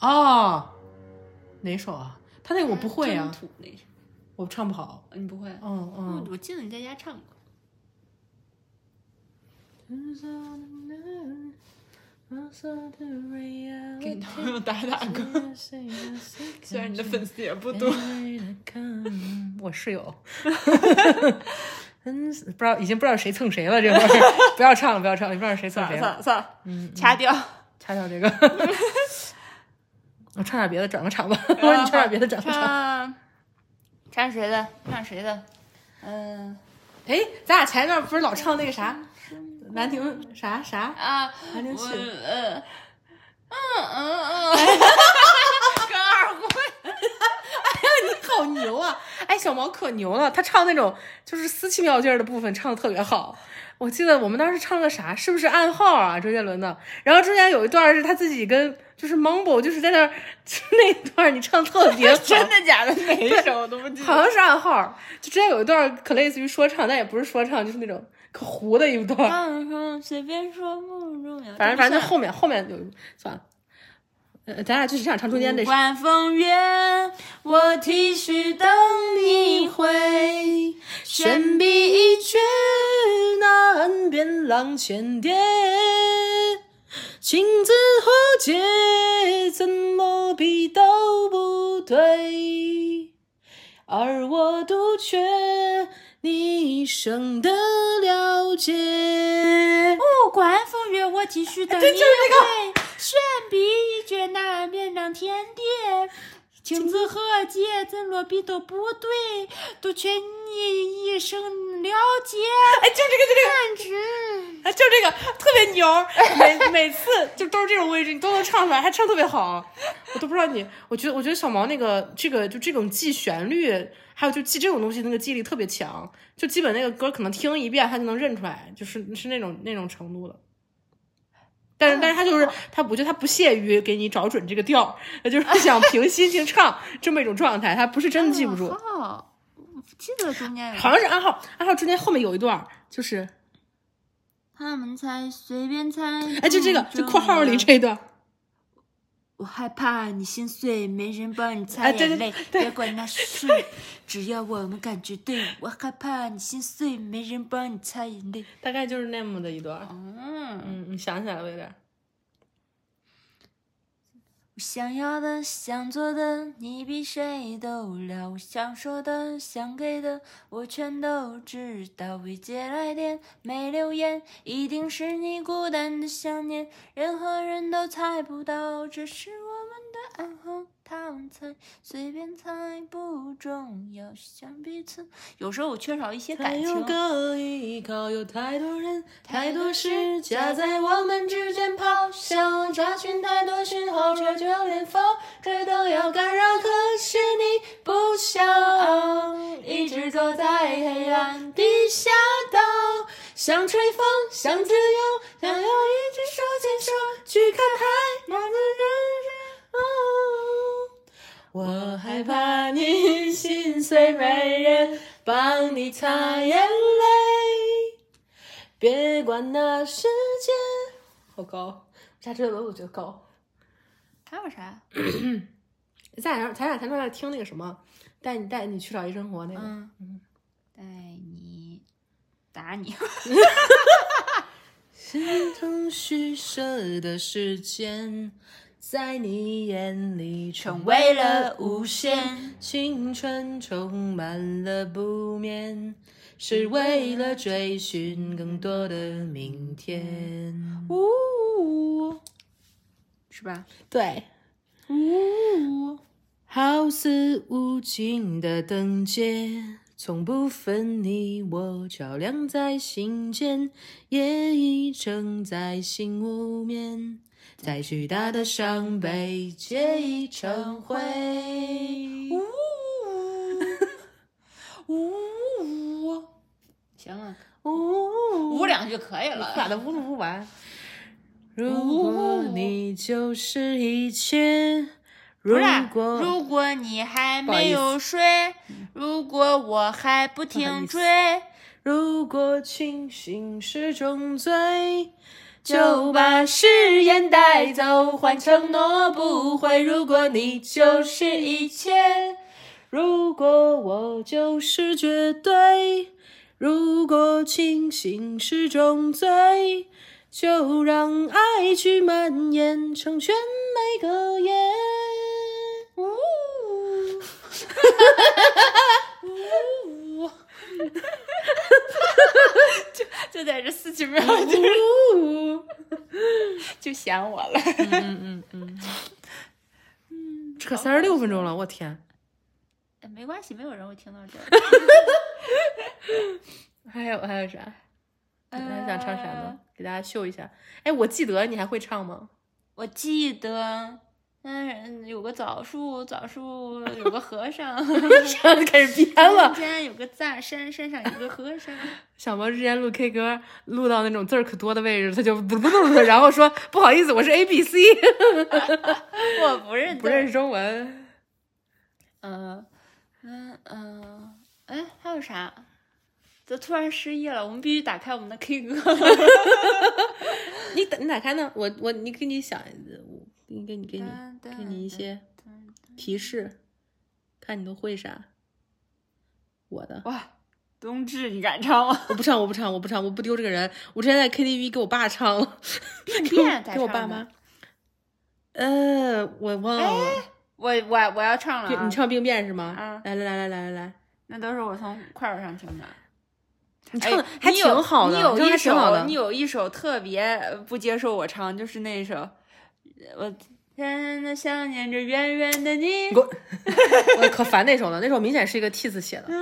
Speaker 1: 哦，哪首啊？他那个我不会啊
Speaker 2: 征，途哎那首，
Speaker 1: 我唱不好。
Speaker 2: 你不会？
Speaker 1: 嗯
Speaker 2: 哦
Speaker 1: 嗯，
Speaker 2: 我记得你在家唱过。给你男朋友打打歌，虽然你的粉丝也不多。
Speaker 1: 我室友，嗯，不知道已经不知道谁蹭谁了，这会儿不要唱了，不要唱了，不知道谁蹭
Speaker 2: 算
Speaker 1: 谁
Speaker 2: 了
Speaker 1: 了
Speaker 2: 算，了算了，掐掉。
Speaker 1: 掐掉这个。我唱点别的，转个 场吧。我说你唱点别的，转个场。
Speaker 2: 唱唱谁的？唱谁的？嗯
Speaker 1: 哎，咱俩前一段不是老唱那个啥，兰亭啥啥？
Speaker 2: 啊，
Speaker 1: 兰亭
Speaker 2: 我
Speaker 1: 曲
Speaker 2: 呃，嗯嗯嗯， 跟二胡
Speaker 1: 好牛啊！哎，小毛可牛了，他唱那种就是丝气妙劲儿的部分唱的特别好。我记得我们当时唱个啥，是不是暗号啊？周杰伦的。然后中间有一段是他自己跟就是 Mumble，就是在那儿那一段你唱特别好，
Speaker 2: 真的假的？哪一首我都不 记
Speaker 1: 好
Speaker 2: 得。
Speaker 1: 像是暗号。就之前有一段可类似于说唱，但也不是说唱，就是那种可糊的一段。
Speaker 2: 唱说随便说啊不重要，
Speaker 1: 反正反正后面后面有算了，呃，咱俩就是想唱中间这
Speaker 2: 不管风月，我
Speaker 4: 继续等
Speaker 1: 嗯
Speaker 4: 一回，悬笔一曲，那岸边浪千叠。情字和解，怎么比都不对，而我独缺你一生的了解。
Speaker 1: 哎
Speaker 3: 不管风月，我继续等你回。悬笔一绝，那岸边让天跌。情字和解，怎落笔都不对，都劝你一生了解。
Speaker 1: 哎，就这个，就这个，
Speaker 3: 但是
Speaker 1: 哎，就这个特别牛儿，每每次就都是这种位置，你都能唱出来，还唱特别好，我都不知道你，我觉得我觉得小毛那个这个就这种记旋律，还有就记这种东西那个记忆力特别强，就基本那个歌可能听一遍他就能认出来，就是是那种那种程度的。但是，但是他就是他，我觉得他不屑于给你找准这个调儿，他就是想凭心情唱这么一种状态，他不是真记不住。
Speaker 2: 哦，我记得中间有
Speaker 1: 好像是暗号，暗号中间后面有一段儿就是，
Speaker 2: 他们猜随便猜，
Speaker 1: 哎，就这
Speaker 2: 嗯
Speaker 1: 个，就括号里这一段儿。
Speaker 2: 我害怕你心碎，没人帮你
Speaker 1: 哎
Speaker 2: 擦
Speaker 1: 对
Speaker 2: 眼
Speaker 1: 对
Speaker 2: 泪。别管 那是谁，只要我们感觉对。我害怕你心碎，没人帮你擦眼泪。
Speaker 1: 大概就是那么的一段。
Speaker 2: 嗯，
Speaker 1: 嗯，你想起来了有点。
Speaker 2: 我想要的、想做的，你比谁都了；我想说的、想给的，我全都知道。未接来电，没留言，一定是你孤单的想念，任何人都猜不到，这是我们的暗号。他们猜，随便猜不重要，想彼此。有时候我缺少一些感
Speaker 4: 有
Speaker 2: 情。
Speaker 4: 个依靠，有太多人，太多事夹在我们之间咆哮，查询太多讯号，这就连风吹都要干扰，可是你不想，一直走在黑暗地下道，想吹风，想自由，想要一直手牵手去看海，那个人是哦。我害怕你心碎，没人帮你擦眼泪。别管那世界，好高，夏之轮我觉得高。
Speaker 2: 还有啥？
Speaker 1: 咱俩咱俩咱俩听那个什么，带你带你去找一生活那个，
Speaker 2: 嗯嗯，带你打你。
Speaker 4: 形同虚设的时间，
Speaker 1: 在你眼里成
Speaker 2: 为
Speaker 1: 为
Speaker 2: 了
Speaker 1: 了
Speaker 2: 无
Speaker 1: 无
Speaker 2: 限
Speaker 1: 限，青春充满了不眠，是为了追寻更多的明天。
Speaker 4: 嗯
Speaker 5: 呜，
Speaker 2: 是吧？
Speaker 1: 对，好似无尽的灯街，从不分你我，照亮在心间，也一正在心无眠。在巨大的伤悲结一成灰。
Speaker 2: 行啊，
Speaker 1: 呜
Speaker 2: 舞两句可以
Speaker 1: 把
Speaker 2: 了。
Speaker 1: 它呜噜呜完。如果你就是一切，如
Speaker 2: 不是，
Speaker 1: 果
Speaker 2: 如果你还
Speaker 1: 不好
Speaker 2: 没
Speaker 1: 意思
Speaker 2: 有睡，如果我还不停追，
Speaker 1: 如果清醒是种罪，就把誓言带走，换承诺不悔。如果你就是一切，如果我就是绝对，如果清醒是种罪，就让爱去蔓延，成全每个夜。
Speaker 2: 就在这四十秒就就想我了。
Speaker 4: 嗯
Speaker 1: 嗯
Speaker 4: 这可三十六分钟了，我天！
Speaker 2: 没关系，没有人会听到这儿。
Speaker 1: 还有还有啥？你还想唱啥
Speaker 4: 呃
Speaker 1: 呢？给大家秀一下。哎，我记得你还会唱吗？
Speaker 2: 我记得，嗯，有个枣树，枣树有个和 尚，哎
Speaker 1: 开始编了
Speaker 2: 山。间有个赞，山山上有个和尚。
Speaker 4: 小毛之前录 K 歌，录到那种字儿可多的位置，他就嘟 嘟嘟嘟，然后说不好意思，我是 A B C，
Speaker 2: 我不认
Speaker 4: 不认识中文。
Speaker 2: 嗯嗯嗯，哎，还有啥？这突然失忆了，我们必须打开我们的 K 歌。
Speaker 1: 你打你打开呢？我我你给你想，我应该你给你
Speaker 2: 噔噔
Speaker 4: 嗯
Speaker 1: 给你一些提示，看你都会啥。我的，
Speaker 2: 冬至，你敢唱吗？
Speaker 1: 我不唱，我不唱，我不唱，我不丢这个人。我之前在 KTV 给我爸唱了，给
Speaker 2: 变
Speaker 1: 我
Speaker 2: 咋
Speaker 1: 给我
Speaker 2: 唱
Speaker 1: 爸
Speaker 2: 的
Speaker 1: 妈。呃，我忘了，
Speaker 2: 我我我要唱了、
Speaker 1: 病
Speaker 2: 哎啊，
Speaker 1: 你唱病变是吗？
Speaker 2: 啊
Speaker 1: 来来来来来来来，
Speaker 2: 那都是我从快手上听的。
Speaker 1: 你
Speaker 2: 哎
Speaker 1: 唱的还
Speaker 2: 你
Speaker 1: 挺
Speaker 2: 有
Speaker 1: 好的，
Speaker 2: 你有
Speaker 1: 唱得
Speaker 2: 一
Speaker 1: 还挺好
Speaker 2: 首，
Speaker 1: 的
Speaker 2: 你。有一首特别呃不接受我唱，就是那一首，呃我天天的想念着远远的你。
Speaker 1: 滚我可烦那首了，那首明显是一个 T 字写的。
Speaker 2: 啊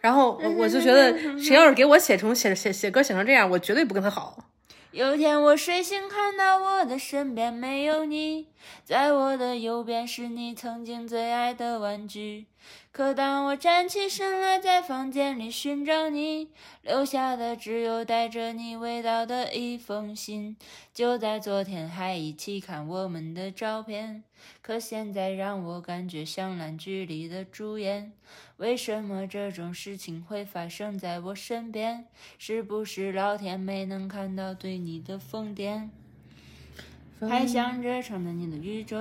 Speaker 1: 然后我我就觉得，谁要是给我写成写写写歌写成这样，我绝对不跟他好。
Speaker 2: 有天我睡醒，看到我的身边没有你，在我的右边是你曾经最爱的玩具。可当我站起身来，在房间里寻找你，留下的只有带着你味道的一封信。就在昨天还一起看我们的照片，可现在让我感觉像烂剧里的主演。为什么这种事情会发生在我身边？是不是老天没能看到对你的疯癫？还想着闯荡你的宇宙，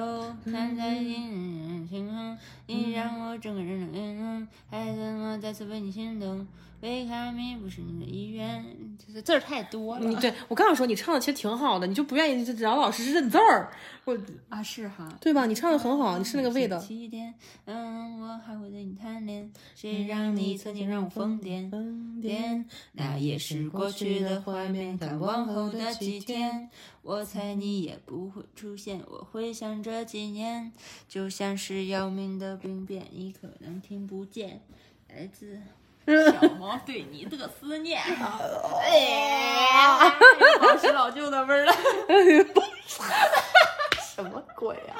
Speaker 2: 看在
Speaker 1: 嗯
Speaker 2: 你星空，你让我整个人都晕了，还怎么再次为你心动？维他命不是你的意愿，就是字儿太多
Speaker 1: 你
Speaker 2: 了
Speaker 1: 嗯对我刚想说，你唱的其实挺好的，你就不愿意就老老实实认字儿，我
Speaker 2: 啊，是哈。嗯
Speaker 1: 对吧？你唱的很哦好，你是那个味道。
Speaker 2: 起点，嗯，我还会对你贪恋，谁
Speaker 1: 嗯
Speaker 2: 让你曾经让我疯癫？
Speaker 1: 疯
Speaker 2: 边，那也是过去的画面。但往后的几天，我猜你也不会出现。我回想这几年，就像是要命的病变，你可能听不见，来自小毛对你的思念。哎，有保持老旧的味儿了。
Speaker 4: 什么鬼啊？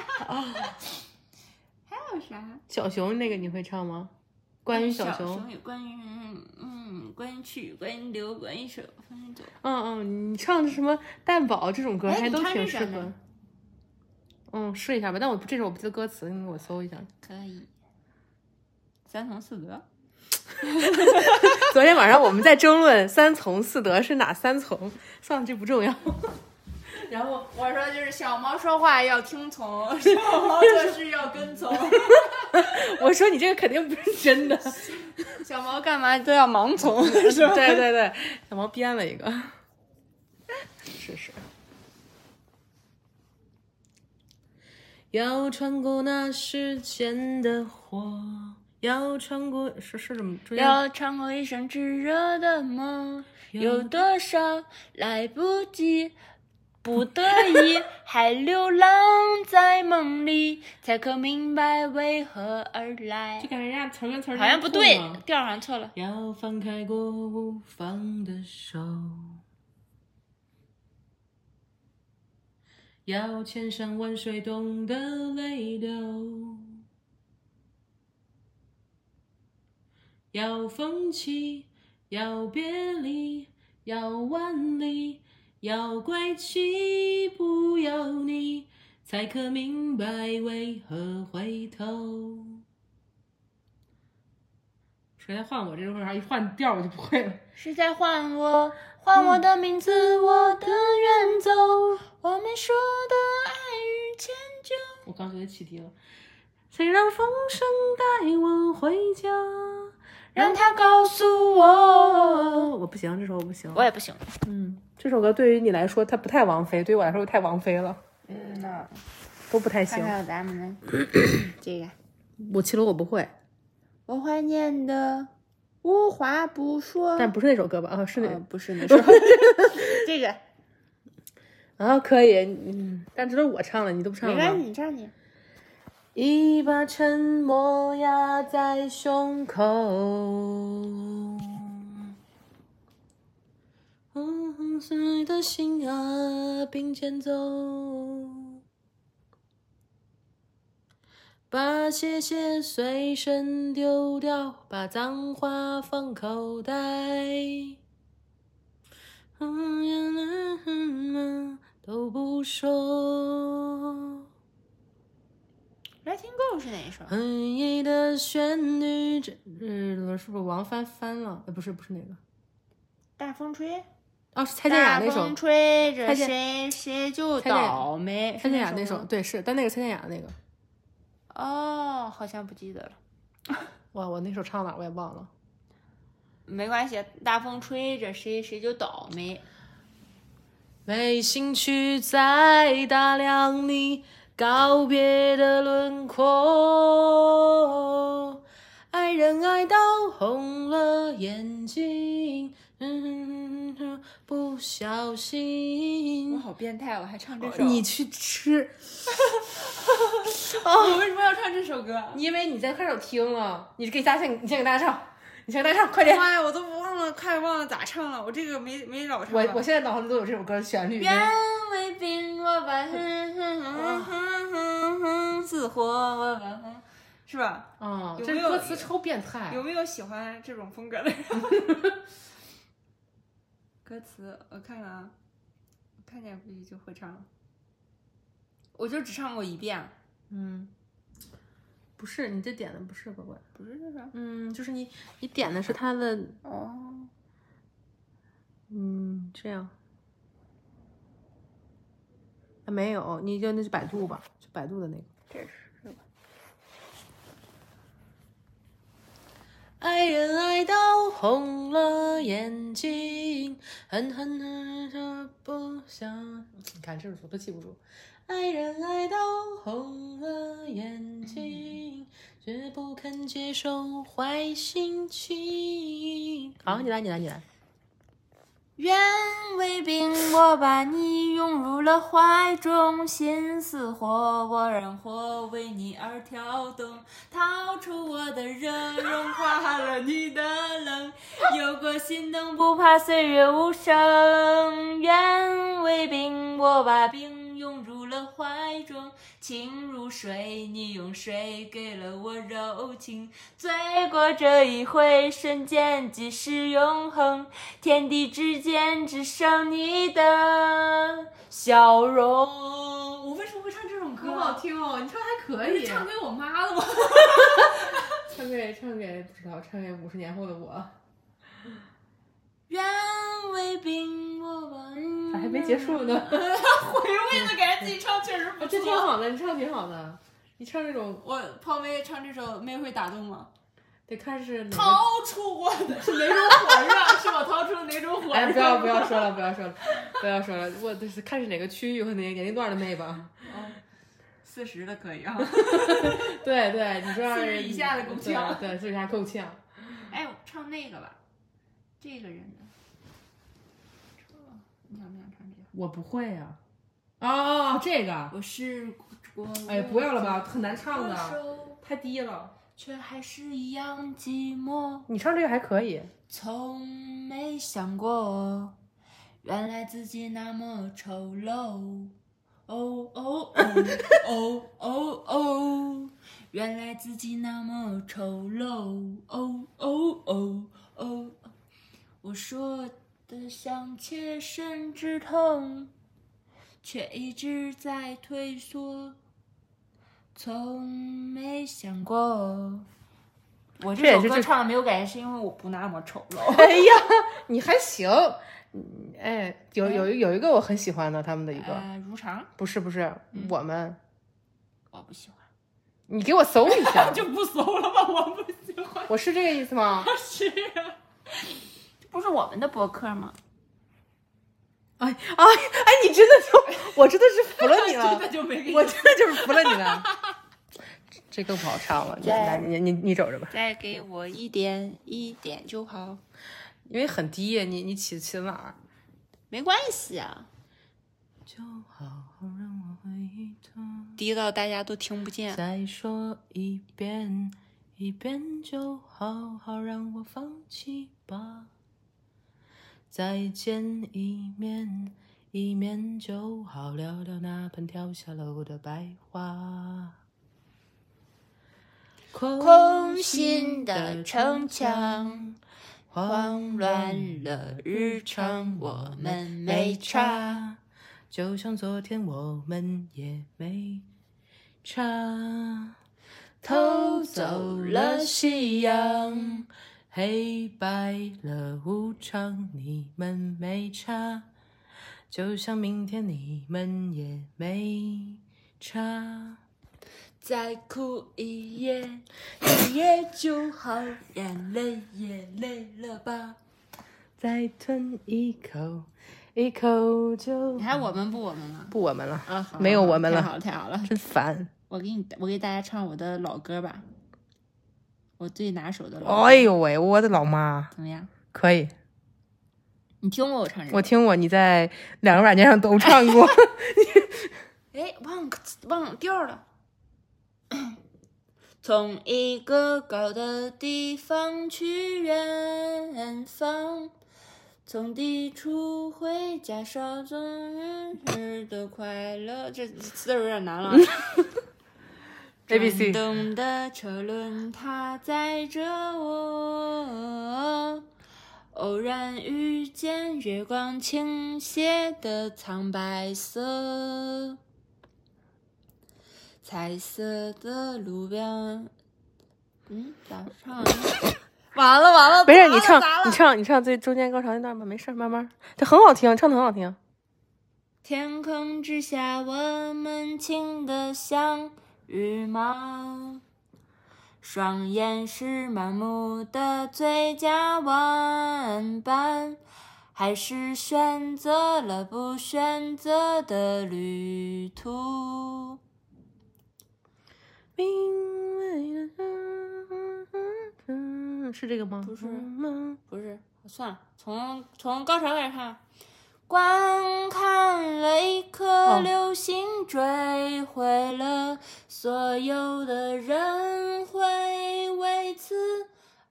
Speaker 2: 还有啥？
Speaker 4: 小熊那个你会唱吗？ 关于小熊，
Speaker 2: 熊有关于嗯嗯，关于去，关于留，关于手，关于走。
Speaker 4: 嗯嗯，你唱的什么蛋堡这种歌
Speaker 2: 哎
Speaker 4: 还
Speaker 2: 你
Speaker 4: 都
Speaker 2: 唱
Speaker 4: 挺
Speaker 2: 这
Speaker 4: 适
Speaker 2: 个
Speaker 4: 合
Speaker 2: 呢。
Speaker 4: 嗯，试一下吧，但我不这首我不记得歌词，你给我搜一下。
Speaker 2: 可以，三从四德。
Speaker 4: 昨天晚上我们在争论三从四德是哪三从，算了，这不重要。
Speaker 2: 然后我说就是小猫说话要听 从，小猫做事要跟从，
Speaker 4: 我说你这个肯定不是真的。
Speaker 2: 小猫干嘛都要盲从。
Speaker 4: 对对对，小毛编了一个，试试。
Speaker 1: 要穿过那时间的火，要穿过是是这么中间
Speaker 6: 要穿过一生炙热的梦，有多少来不及，不得已还流浪在梦里，才可明白为何而来
Speaker 4: 就。感觉人家词儿跟词儿
Speaker 6: 好像不对
Speaker 4: 重啊，
Speaker 6: 调儿好像错了。
Speaker 1: 要放开过无放的手，要千山万水懂得泪流，要放弃，要别离，要万里，要怪弃不要你，才可明白为何回头。谁来换我这首歌啥？一换调我就不会了。
Speaker 6: 是在唤我，唤我的名字，我的远走，我们说的爱与迁就。
Speaker 1: 我刚觉得起题了。谁让风声带我回家？
Speaker 6: 让他告诉
Speaker 1: 哦
Speaker 6: 我。
Speaker 7: 我不行，这首我不行。
Speaker 6: 我也不行，
Speaker 1: 嗯
Speaker 7: 这首歌对于你来说它不太王菲，对于我来说太王菲了。嗯，都不太行。
Speaker 2: 看咱 们这个，
Speaker 7: 我其实我不会，
Speaker 2: 我怀念的无话不说。
Speaker 7: 但不是那首歌吧？啊，是那
Speaker 1: 哦
Speaker 2: 呃，不是你说这个，
Speaker 7: 啊，可以，嗯，但这都是我唱了，你都不唱
Speaker 2: 没
Speaker 7: 了
Speaker 2: 关系，
Speaker 7: 吗。
Speaker 2: 你唱去。
Speaker 1: 一把沉默压在胸口。嗯，红色的心啊，并肩走。把谢谢随身丢掉，把脏话放口袋。嗯嗯嗯嗯，都不说。
Speaker 2: Letting Go 是哪一首？
Speaker 1: 回忆的旋律，这呃是不是王帆翻了？呃，不是，不是那个，
Speaker 2: 大风吹，
Speaker 1: 哦，是蔡健雅那
Speaker 2: 大
Speaker 1: 首
Speaker 2: 风，吹着
Speaker 1: 蔡健
Speaker 2: 谁谁就
Speaker 1: 蔡健雅
Speaker 2: 倒霉。
Speaker 1: 蔡健雅那
Speaker 2: 首
Speaker 1: 首，
Speaker 2: 吗。
Speaker 1: 对，是，但那个蔡健雅的那个，
Speaker 2: 哦，好像不记得了。
Speaker 7: 哇，我那首唱哪儿我也忘了。
Speaker 2: 没关系，大风吹着谁谁就倒霉。
Speaker 1: 没兴趣再打量你告别的轮廓，爱人爱到红了眼睛，嗯，不小
Speaker 2: 我
Speaker 1: 心，
Speaker 2: 好变态，我还唱这首。
Speaker 1: 你去吃，
Speaker 2: 哦，我为什么要唱这首歌？
Speaker 1: 因为你在快手听了，你给大家先，你先给大家唱，你先给大家唱，快点。
Speaker 4: 妈呀，我都忘了，快忘了咋唱了，我这个没没老唱
Speaker 7: 我
Speaker 4: 了。
Speaker 7: 我现在脑子里都有这首歌的旋律。
Speaker 2: 愿为冰我把哼哼哼哼哼哼，似火我把哼，
Speaker 4: 是吧？
Speaker 1: 嗯
Speaker 7: 啊，
Speaker 4: 有
Speaker 7: 这
Speaker 4: 没有
Speaker 7: 歌词超变
Speaker 1: 哎
Speaker 7: 态
Speaker 4: 有。没有喜欢这种风格的人？歌词我看看啊，我看见估计就会唱了。我就只唱过一遍，
Speaker 1: 嗯，不是，你这点的不是乖乖。
Speaker 4: 不是这首。
Speaker 1: 嗯，就是你你点的是他的，
Speaker 4: 哦，
Speaker 1: 嗯，这样。啊没有，你就那就百度吧，就百度的那个。爱人爱到红了眼睛，狠狠地说不想。
Speaker 7: 你看这首我都记不住。
Speaker 1: 爱人爱到红了眼睛，却不肯接受坏心情。好，你来，你来，你来。
Speaker 2: 愿为冰我把你拥入了怀中，心似火，我让火为你而跳动，掏出我的热，融化了你的冷， 有过心动不怕岁月无声。愿为冰我把冰拥入了怀中，情如水，你用水给了我柔情，醉过这一回，瞬间即是永恒。天地之间只剩你的笑
Speaker 7: 哎
Speaker 2: 容。我为什么会唱这种歌？
Speaker 7: 听哦，你唱还可以。
Speaker 4: 唱给我妈 了吗？
Speaker 7: 唱给唱给不知道，唱给五十年后的我。
Speaker 2: 愿为冰我们
Speaker 7: 咋还没结束呢？
Speaker 4: 回味的感觉自己唱确实不
Speaker 7: 这挺
Speaker 4: 错。
Speaker 7: 好的，你唱挺好的。你唱这种
Speaker 4: 我泡妹唱这首妹会打动吗？
Speaker 7: 得看是哪个
Speaker 4: 掏出我 的是哪种火热？是我掏出的哪种火热？
Speaker 7: 哎，不要不要说了，不要说了，不要说了。我这是看是哪个区域和哪个年龄段的妹吧。
Speaker 2: 四十的可以啊。
Speaker 1: 对对，你说让
Speaker 2: 四十
Speaker 1: 人
Speaker 2: 以下的够呛
Speaker 1: 对，对四十以下够呛。
Speaker 2: 哎，我唱那个吧，这个人的。你想不想唱这个？
Speaker 1: 我不会呀、啊。哦，这个，
Speaker 2: 我试过，
Speaker 1: 哎，不要了吧，很难唱
Speaker 2: 放
Speaker 1: 的，
Speaker 2: 手，
Speaker 1: 太低了。
Speaker 2: 却还是一样寂寞。
Speaker 1: 你唱这个还可以，
Speaker 2: 从没想过，原来自己那么丑陋。哦哦哦哦哦哦，原来自己那么丑陋。哦哦哦哦，我说的想切身之痛，却一直在退缩。从没想过，我
Speaker 1: 这
Speaker 2: 这
Speaker 1: 也
Speaker 2: 首
Speaker 1: 是
Speaker 2: 歌
Speaker 1: 这
Speaker 2: 唱的没有感觉，是因为我不那么丑陋。
Speaker 1: 哎呀，你还行，嗯哎，有有有一个我很喜欢的，他们的一个，
Speaker 2: 呃，如常，
Speaker 1: 不是不是，我们，
Speaker 2: 我不喜欢，，
Speaker 1: 你给我搜一下
Speaker 2: 就不搜了吧，我不喜欢。
Speaker 1: 我是这个意思吗？
Speaker 2: 是啊，这不是我们的博客吗？
Speaker 1: 哎哎哎，你真的就，我真的是服了你了，
Speaker 2: 就没给
Speaker 1: 我真的就是服了你了。 这这更不好唱了，你来你你你瞅着吧，
Speaker 2: 再给我一点，一点就好，
Speaker 1: 因为很低，你你起起哪儿？
Speaker 2: 没关系啊，
Speaker 1: 就好好让我回头。
Speaker 2: 低到大家都听不见。
Speaker 1: 再说一遍，一遍就好，好让我放弃吧。再见一面，一面就好，聊聊那盆掉下楼的白花。空
Speaker 2: 空心的城墙，
Speaker 1: 慌
Speaker 2: 慌乱了日常，我们没差。
Speaker 1: 差，就像昨天我们也没差。偷
Speaker 2: 偷
Speaker 1: 走
Speaker 2: 走
Speaker 1: 了
Speaker 2: 了
Speaker 1: 夕
Speaker 2: 夕
Speaker 1: 阳
Speaker 2: 阳，
Speaker 1: 黑白了无常，你们没差。就像明天你们也没差。
Speaker 2: 再哭一夜，一夜就好，眼泪也累了吧。
Speaker 1: 再吞一口，一口就
Speaker 2: 你还我们不我们吗？
Speaker 1: 不我们了，
Speaker 2: 啊，好
Speaker 1: 没有
Speaker 2: 好
Speaker 1: 我们了
Speaker 2: 太好了，太好了。
Speaker 1: 真烦。
Speaker 2: 我给你，我给大家唱我的老歌吧，我最拿手的老歌，
Speaker 1: 哎呦喂，我的老妈！
Speaker 2: 怎么样？
Speaker 1: 可以，
Speaker 2: 你听过我唱这
Speaker 1: 我
Speaker 2: 个？
Speaker 1: 听过你在两个软件上都唱 过。
Speaker 2: 哎，忘忘调了。 从一个高的地方去远方，从地处回家少总日的快乐。这词儿有点难了。啊
Speaker 1: A B C，
Speaker 2: 转动的车轮，它载着我。偶然遇见月光倾泻的苍白色，彩色的路标。嗯，咋 唱来着？完了完了，
Speaker 1: 没事，你
Speaker 2: 砸
Speaker 1: 唱
Speaker 2: 了砸，
Speaker 1: 你
Speaker 2: 了。
Speaker 1: 唱，你唱最中间高潮那段吧，没事，慢慢，这很好听，唱的很好听。
Speaker 2: 天空之下，我们轻得像羽毛。双眼是盲目的最佳玩伴，还是选择了不选择的旅途？
Speaker 1: 明媚的嗯是这个吗？
Speaker 2: 不是
Speaker 1: 嗯
Speaker 2: 不是，算了，从从高潮开始看。啊观看了一颗
Speaker 1: 哦
Speaker 2: 流星坠毁了，所有的人会为此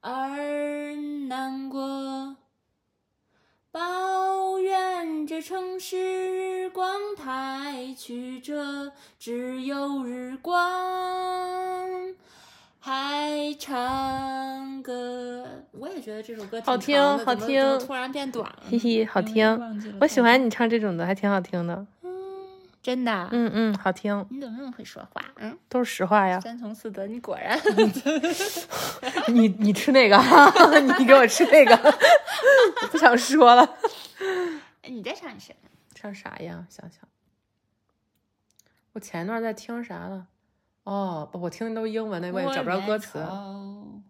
Speaker 2: 而难过。抱怨这城市日光太曲折，只有日光还唱歌。我也觉得这首歌挺
Speaker 1: 好听
Speaker 2: 长的
Speaker 1: 好
Speaker 2: 怎么
Speaker 1: 听
Speaker 2: 怎么突然变短了呢。
Speaker 1: 嘿嘿，好听，
Speaker 2: 嗯忘记了
Speaker 1: 我喜欢你唱这种的，还挺好听的。
Speaker 2: 真的啊。
Speaker 1: 嗯嗯，好听，
Speaker 2: 你怎么那么会说话？嗯，
Speaker 1: 都是实话 呀。
Speaker 2: 三从四德，你果然
Speaker 1: 嗯 你你吃那个，啊 你给我吃那个， 我不想说了。
Speaker 2: 哎你在唱什么？
Speaker 1: 唱啥呀？想想，我前段在听啥了？哦，不我听的都是英文的，我也找不着歌词。嗯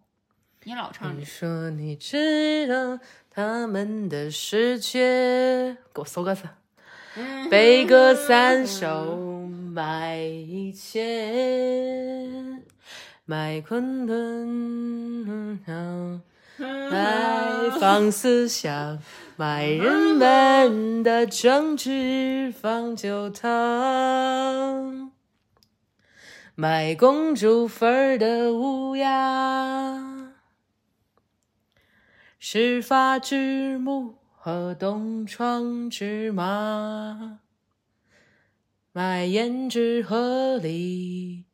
Speaker 2: 你老唱
Speaker 1: 你
Speaker 2: 这
Speaker 1: 说你知道他们的世界，给我搜歌词，悲歌三首，买一切，买困顿，嗯买放思想，买人们的争执，放酒汤，买公主坟儿的乌鸦。始发之木和东窗之马，买胭脂和梨，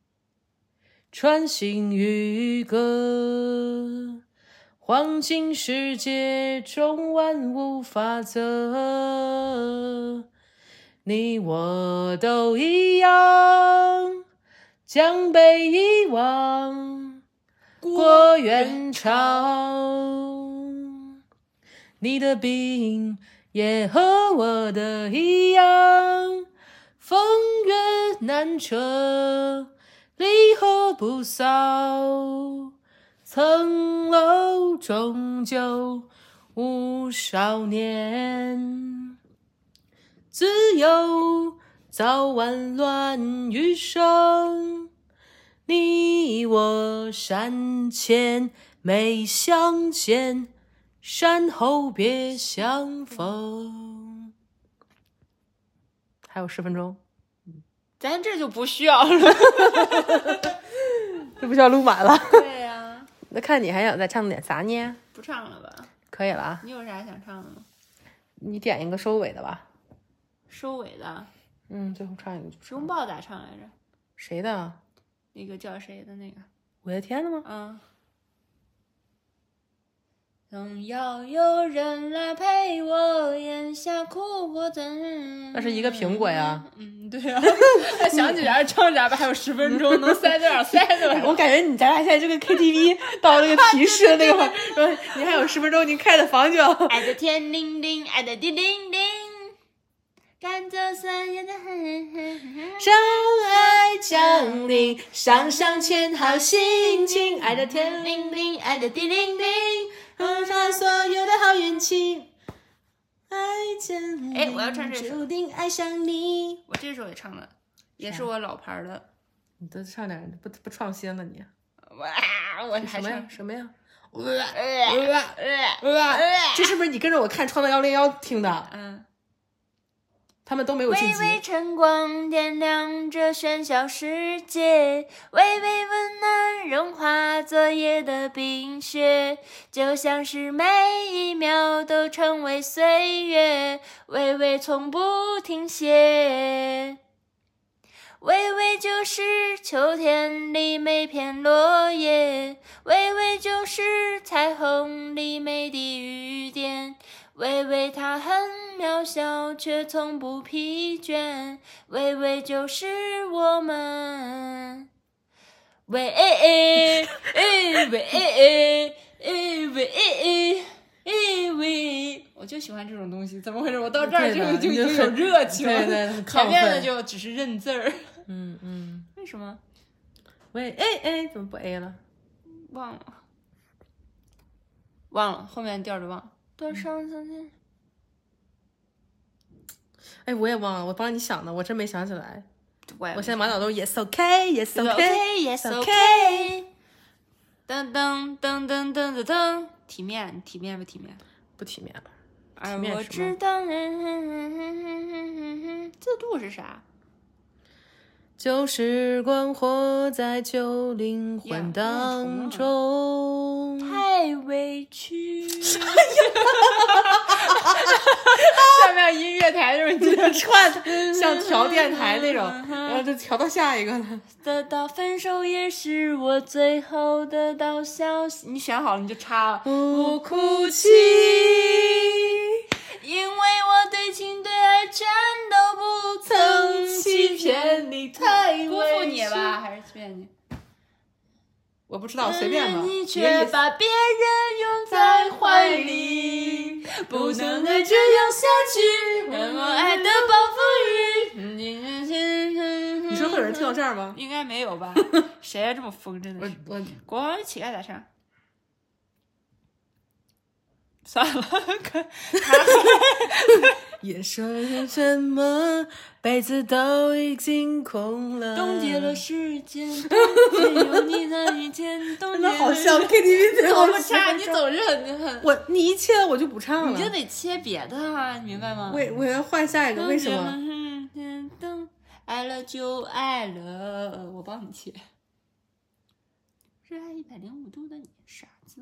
Speaker 1: 穿行于歌，黄金世界中万物法则，你我都一样，将被遗忘。过元朝，你的病也和我的一样，风月难扯，离合不骚，层楼终究无少年，自由早晚乱余生。你我山前没相见，山后别相逢。还有十分钟，
Speaker 2: 咱这就不需要了。
Speaker 4: 这不叫录满了。
Speaker 2: 对呀、
Speaker 4: 那看你还想再唱点啥呢？
Speaker 2: 不唱了吧？
Speaker 4: 可以了啊，
Speaker 2: 你有啥想唱的吗？
Speaker 4: 你点一个收尾的吧。
Speaker 2: 收尾的，
Speaker 4: 嗯，最后唱一个就
Speaker 2: 熊抱咋唱来着？
Speaker 4: 谁的啊？
Speaker 2: 那个叫谁的那个？
Speaker 4: 五月天的 吗？
Speaker 2: 嗯。总要有人来陪我，咽下苦我怎？
Speaker 4: 那是一个苹果呀。
Speaker 2: 嗯，对呀、啊，他想起啥唱啥吧，还有十分钟，能塞多少 塞多
Speaker 4: 哎。我感觉你咱俩现在就跟 KTV 到那个提示的那 个，说你还有十分钟，您开的房就要。
Speaker 2: 爱的天灵灵，爱的地灵灵，赶走三月的嘿嘿嘿。
Speaker 1: 让爱降临，上上签好心情，爱的天灵 灵，爱的地灵灵，
Speaker 4: 嗯
Speaker 1: 和他所有的好运气。爱降临，
Speaker 2: 哎我要唱这首
Speaker 1: 注定爱上你。
Speaker 2: 我这首也唱了，也是啊我老牌儿的。
Speaker 4: 你都唱点不不创新了你？
Speaker 2: 哇，我还
Speaker 4: 什么呀
Speaker 2: 唱？。
Speaker 4: 什么呀？
Speaker 2: 呃呃
Speaker 4: 这是不是你跟着我看《创造幺零幺》听的？
Speaker 2: 嗯，
Speaker 4: 他们都没有晋
Speaker 2: 微
Speaker 4: 级。
Speaker 2: 微晨光点亮这喧嚣世界，微微温暖融化昨夜的冰雪，就像是每一秒都成为岁月，微微从不停歇。微微就是秋天里每片落叶，微微就是彩虹里每滴雨点。微微它很渺小，却从不疲倦。微微就是我们。喂诶诶诶喂诶诶诶喂诶诶诶喂！我就喜欢这种东西，怎么回事？我到这儿
Speaker 4: 对
Speaker 2: 就
Speaker 4: 的
Speaker 2: 就
Speaker 4: 你
Speaker 2: 就
Speaker 4: 就
Speaker 2: 有
Speaker 4: 很
Speaker 2: 热情了，
Speaker 4: 对对很
Speaker 2: 前
Speaker 4: 亢
Speaker 2: 面的
Speaker 4: 奋
Speaker 2: 就只是认字儿。
Speaker 4: 嗯嗯。
Speaker 2: 为什么
Speaker 4: 喂，哎哎，怎么不 A 了？
Speaker 2: 忘了？忘了，后面调着忘了。多少三千？
Speaker 4: 哎，我也忘了，我帮你想的，我真没想起来。
Speaker 2: 我也
Speaker 4: 我现在满脑都是 Yes OK，Yes OK。
Speaker 2: yes OK。噔噔噔噔噔噔噔，体面体面不体面？
Speaker 4: 不体面了，
Speaker 2: 而
Speaker 4: 体面
Speaker 2: 哎我
Speaker 4: 是
Speaker 2: 知
Speaker 4: 吗
Speaker 2: 道，自度是啥？
Speaker 4: 旧时光活在旧灵
Speaker 2: 呀
Speaker 4: 魂
Speaker 2: 不要重了
Speaker 4: 当中。
Speaker 2: 太委屈。下面音乐台就是你的串
Speaker 4: 像调电台那种，然后就调到下一个了。
Speaker 2: 得到分手也是我最后得到消息。你选好了你就插了，
Speaker 4: 不哭泣，
Speaker 2: 因为我对情对爱全都不曾欺骗你，太辜负你吧，还是欺骗你？
Speaker 4: 我不知道，哦随便吧。
Speaker 2: 但是你
Speaker 4: 一个
Speaker 2: 却
Speaker 4: 意思
Speaker 2: 把别人拥在怀里，不能再这样下去，
Speaker 4: 嗯
Speaker 2: 让我爱的暴风雨。
Speaker 4: 你说会有人听到这儿吗？
Speaker 2: 应该没有吧？ 谁呀、这么疯，真的
Speaker 4: 我
Speaker 2: 是。
Speaker 4: 我
Speaker 2: 国王与乞丐咋唱？ 算了，可
Speaker 1: 夜深人什么，被子都已经空了。
Speaker 2: 冻结了时间，冻结有你的一天，冻
Speaker 1: 真的
Speaker 2: 结了
Speaker 1: 好像 KTV 最后
Speaker 2: 我不唱，你总是很很，
Speaker 1: 我你一切我就不唱了。
Speaker 2: 你就得切别的啊，你明白吗？
Speaker 1: 我我要换下一个，为什么？
Speaker 2: 嗯？嗯嗯爱了就爱了，我帮你切。热爱一百零五度的你，傻子，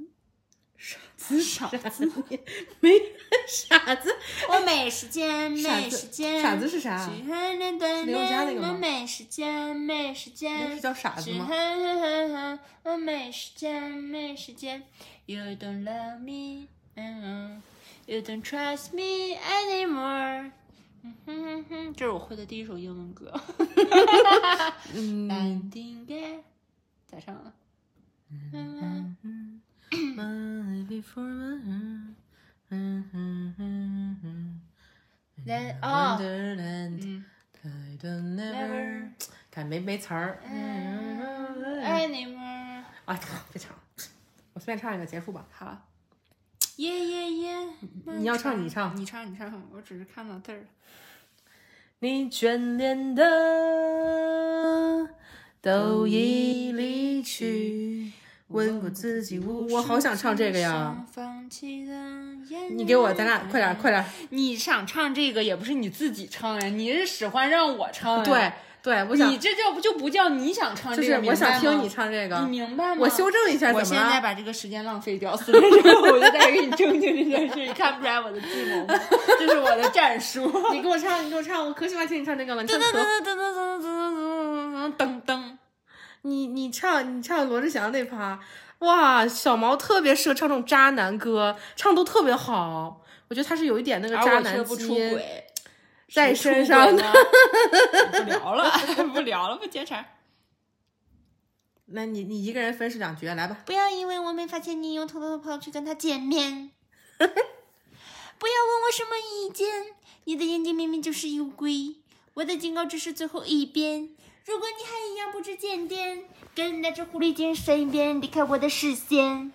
Speaker 2: 傻子，傻子。 哦
Speaker 1: 没傻子，
Speaker 8: 我没时间，没时间，
Speaker 1: 傻子是啥？
Speaker 8: 只恨那短
Speaker 1: 刘佳那
Speaker 8: 恋，
Speaker 1: 个
Speaker 8: 我
Speaker 1: 吗
Speaker 8: 没时间，没时
Speaker 1: 那
Speaker 8: 间
Speaker 1: 是，叫傻子
Speaker 8: 只
Speaker 1: 吗？
Speaker 8: 恨恨恨恨，我没时间，没时间。
Speaker 2: You don't love me, mm, you don't trust me anymore。嗯哼哼哼，这是我会的第一首英文歌。
Speaker 1: 嗯。
Speaker 2: 淡定点，咋唱啊？嗯，
Speaker 1: My before my- 嗯嗯嗯嗯嗯
Speaker 2: 来
Speaker 1: In
Speaker 2: 啊，
Speaker 1: Wonderland,
Speaker 2: 嗯
Speaker 1: I don't never，看没没词儿。
Speaker 2: Mm. 爱你们。
Speaker 1: 啊， 别唱了，我随便唱一个结束吧。
Speaker 2: 好，耶耶耶！
Speaker 1: 你要唱你唱
Speaker 2: 你唱你唱，我只是看到字儿。
Speaker 1: 你眷恋的都已离去，问过自己无？我好想唱这个呀！！
Speaker 2: 放弃的眼
Speaker 1: 你给我，咱俩快点儿快点儿。
Speaker 2: 你想唱这个也不是你自己唱呀，你是使唤让我唱呀。
Speaker 1: 对，对，我
Speaker 2: 你
Speaker 1: 想
Speaker 2: 这就不就不叫你想唱
Speaker 1: 就
Speaker 2: 这
Speaker 1: 是
Speaker 2: 个，
Speaker 1: 我想
Speaker 2: 明白
Speaker 1: 听
Speaker 2: 吗
Speaker 1: 你，唱这
Speaker 2: 你
Speaker 1: 个。
Speaker 2: 明白吗？
Speaker 1: 我修正一下，
Speaker 2: 我
Speaker 1: 怎
Speaker 2: 现
Speaker 1: 么
Speaker 2: 在
Speaker 1: 了？
Speaker 2: 把这个时间浪费掉，四分钟后我就再给你正经这件事，你看不出来我的计谋吗？这是我的战术。
Speaker 1: 你给我唱，你给我唱，我可喜欢听你唱这个了。你
Speaker 2: 噔
Speaker 1: 唱
Speaker 2: 噔噔
Speaker 1: 可
Speaker 2: 噔噔噔噔噔噔噔。
Speaker 1: 你你唱你唱罗志祥那趴，哇，小毛特别适合唱这种渣男歌，唱都特别好。我觉得他是有一点那个
Speaker 2: 而
Speaker 1: 渣
Speaker 2: 我却
Speaker 1: 男
Speaker 2: 不
Speaker 1: 基
Speaker 2: 出
Speaker 1: 因
Speaker 2: 轨，
Speaker 1: 在身上的。
Speaker 2: 呢。 不聊了， 不聊了，不接茬。
Speaker 1: 那你你一个人分饰两角，来 吧。
Speaker 8: 不要因为我没发现你，又偷偷的跑去跟他见面。 不要问我什么意见，你的眼睛明明就是乌龟，我的警告只是最后一遍。如果你还一样不知检点，跟那只狐狸精身边，离开我的视线。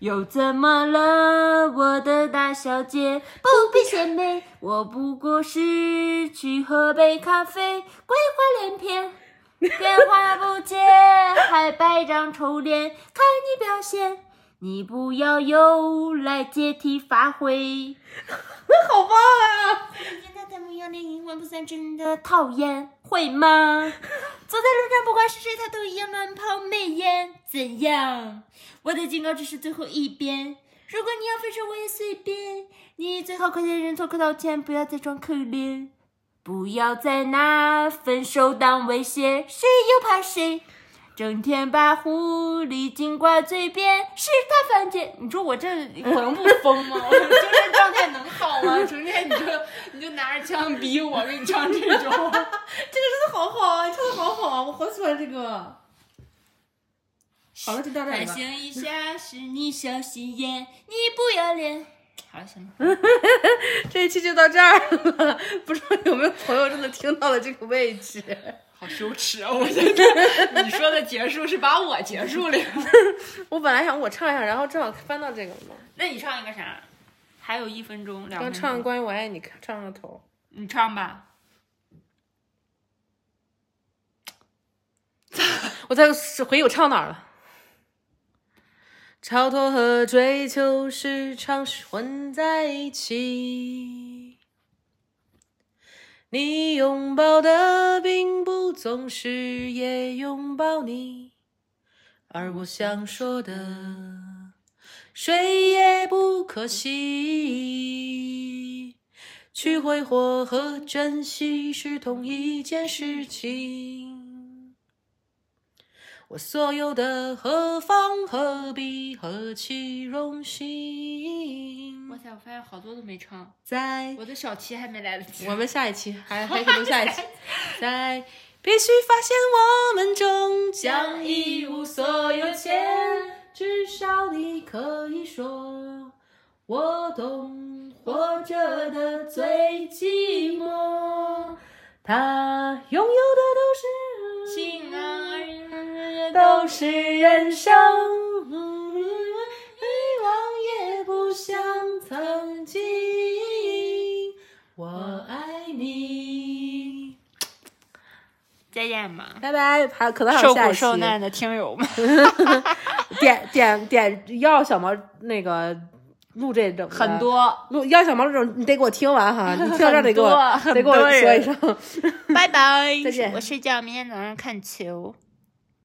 Speaker 2: 又怎么了，我的大小姐？
Speaker 8: 不必献媚，
Speaker 2: 我不过是去喝杯咖啡，
Speaker 8: 鬼话连篇，
Speaker 2: 电话不接，还摆张臭脸，看你表现。你不要又来借题发挥。
Speaker 8: 见到他们要连阴魂不散，真的讨厌，会吗？走在路上，不管是谁，他都一样乱抛媚眼，怎样？我的警告只是最后一遍，如果你要分手，我也随便。你最好快点认错，快道歉，不要再装可怜，
Speaker 2: 不要再拿分手当威胁，
Speaker 8: 谁又怕谁？
Speaker 2: 整天把狐狸精挂嘴边，是他犯贱。你说我这我能不疯吗？我精神状态能好吗？ 成天你就你就拿着枪逼我，给你唱这 种。
Speaker 1: 真的好好啊，你唱的好好啊，我好喜欢这个。好了，就到这里
Speaker 2: 反
Speaker 1: 吧。
Speaker 2: 省一下，是你小心眼，你不要脸。好了，行了，
Speaker 1: 这一期就到这儿了，不知道有没有朋友真的听到了这个位置？
Speaker 2: 好羞耻啊！我觉得你说的结束是把我结束了。
Speaker 1: 我本来想我唱一下，然后正好翻到这个了嘛，
Speaker 2: 那你唱一个啥？还有一分钟，两
Speaker 1: 刚
Speaker 2: 分
Speaker 1: 唱《
Speaker 2: 钟，
Speaker 1: 关于我爱你》，唱了头。
Speaker 2: 你唱吧。
Speaker 1: 我再回忆我唱哪儿了。超脱和追求时常是混在一起。你拥抱的并不总是也拥抱你，而我想说的，谁也不可惜。去挥霍和珍惜是同一件事情。我所有的何妨何必何其荣
Speaker 2: 哇
Speaker 1: 幸，
Speaker 2: 塞，我发现好多都没唱，
Speaker 1: 在
Speaker 2: 我的小七还没来得 及。
Speaker 1: 我们下一期还还可以录下一期，在必须发现我们终将一无所有前，至少你可以说我懂活着的最寂寞，他拥有的都是啊
Speaker 2: 心安而已
Speaker 1: 都是人生，嗯遗忘也不想
Speaker 2: 这样嘛。
Speaker 1: 拜拜，还可能还有
Speaker 2: 受
Speaker 1: 下
Speaker 2: 苦
Speaker 1: 一期。
Speaker 2: 受难的听友们，
Speaker 1: 点点点要小毛那个录这种的
Speaker 2: 很多，
Speaker 1: 录要小毛这种，你得给我听完 哈，你听到这儿得给我
Speaker 2: 很多
Speaker 1: 得给我
Speaker 2: 很多
Speaker 1: 说一
Speaker 2: 人
Speaker 1: 声。
Speaker 2: 拜拜，
Speaker 1: 再见
Speaker 2: 我睡觉，明天早上看球。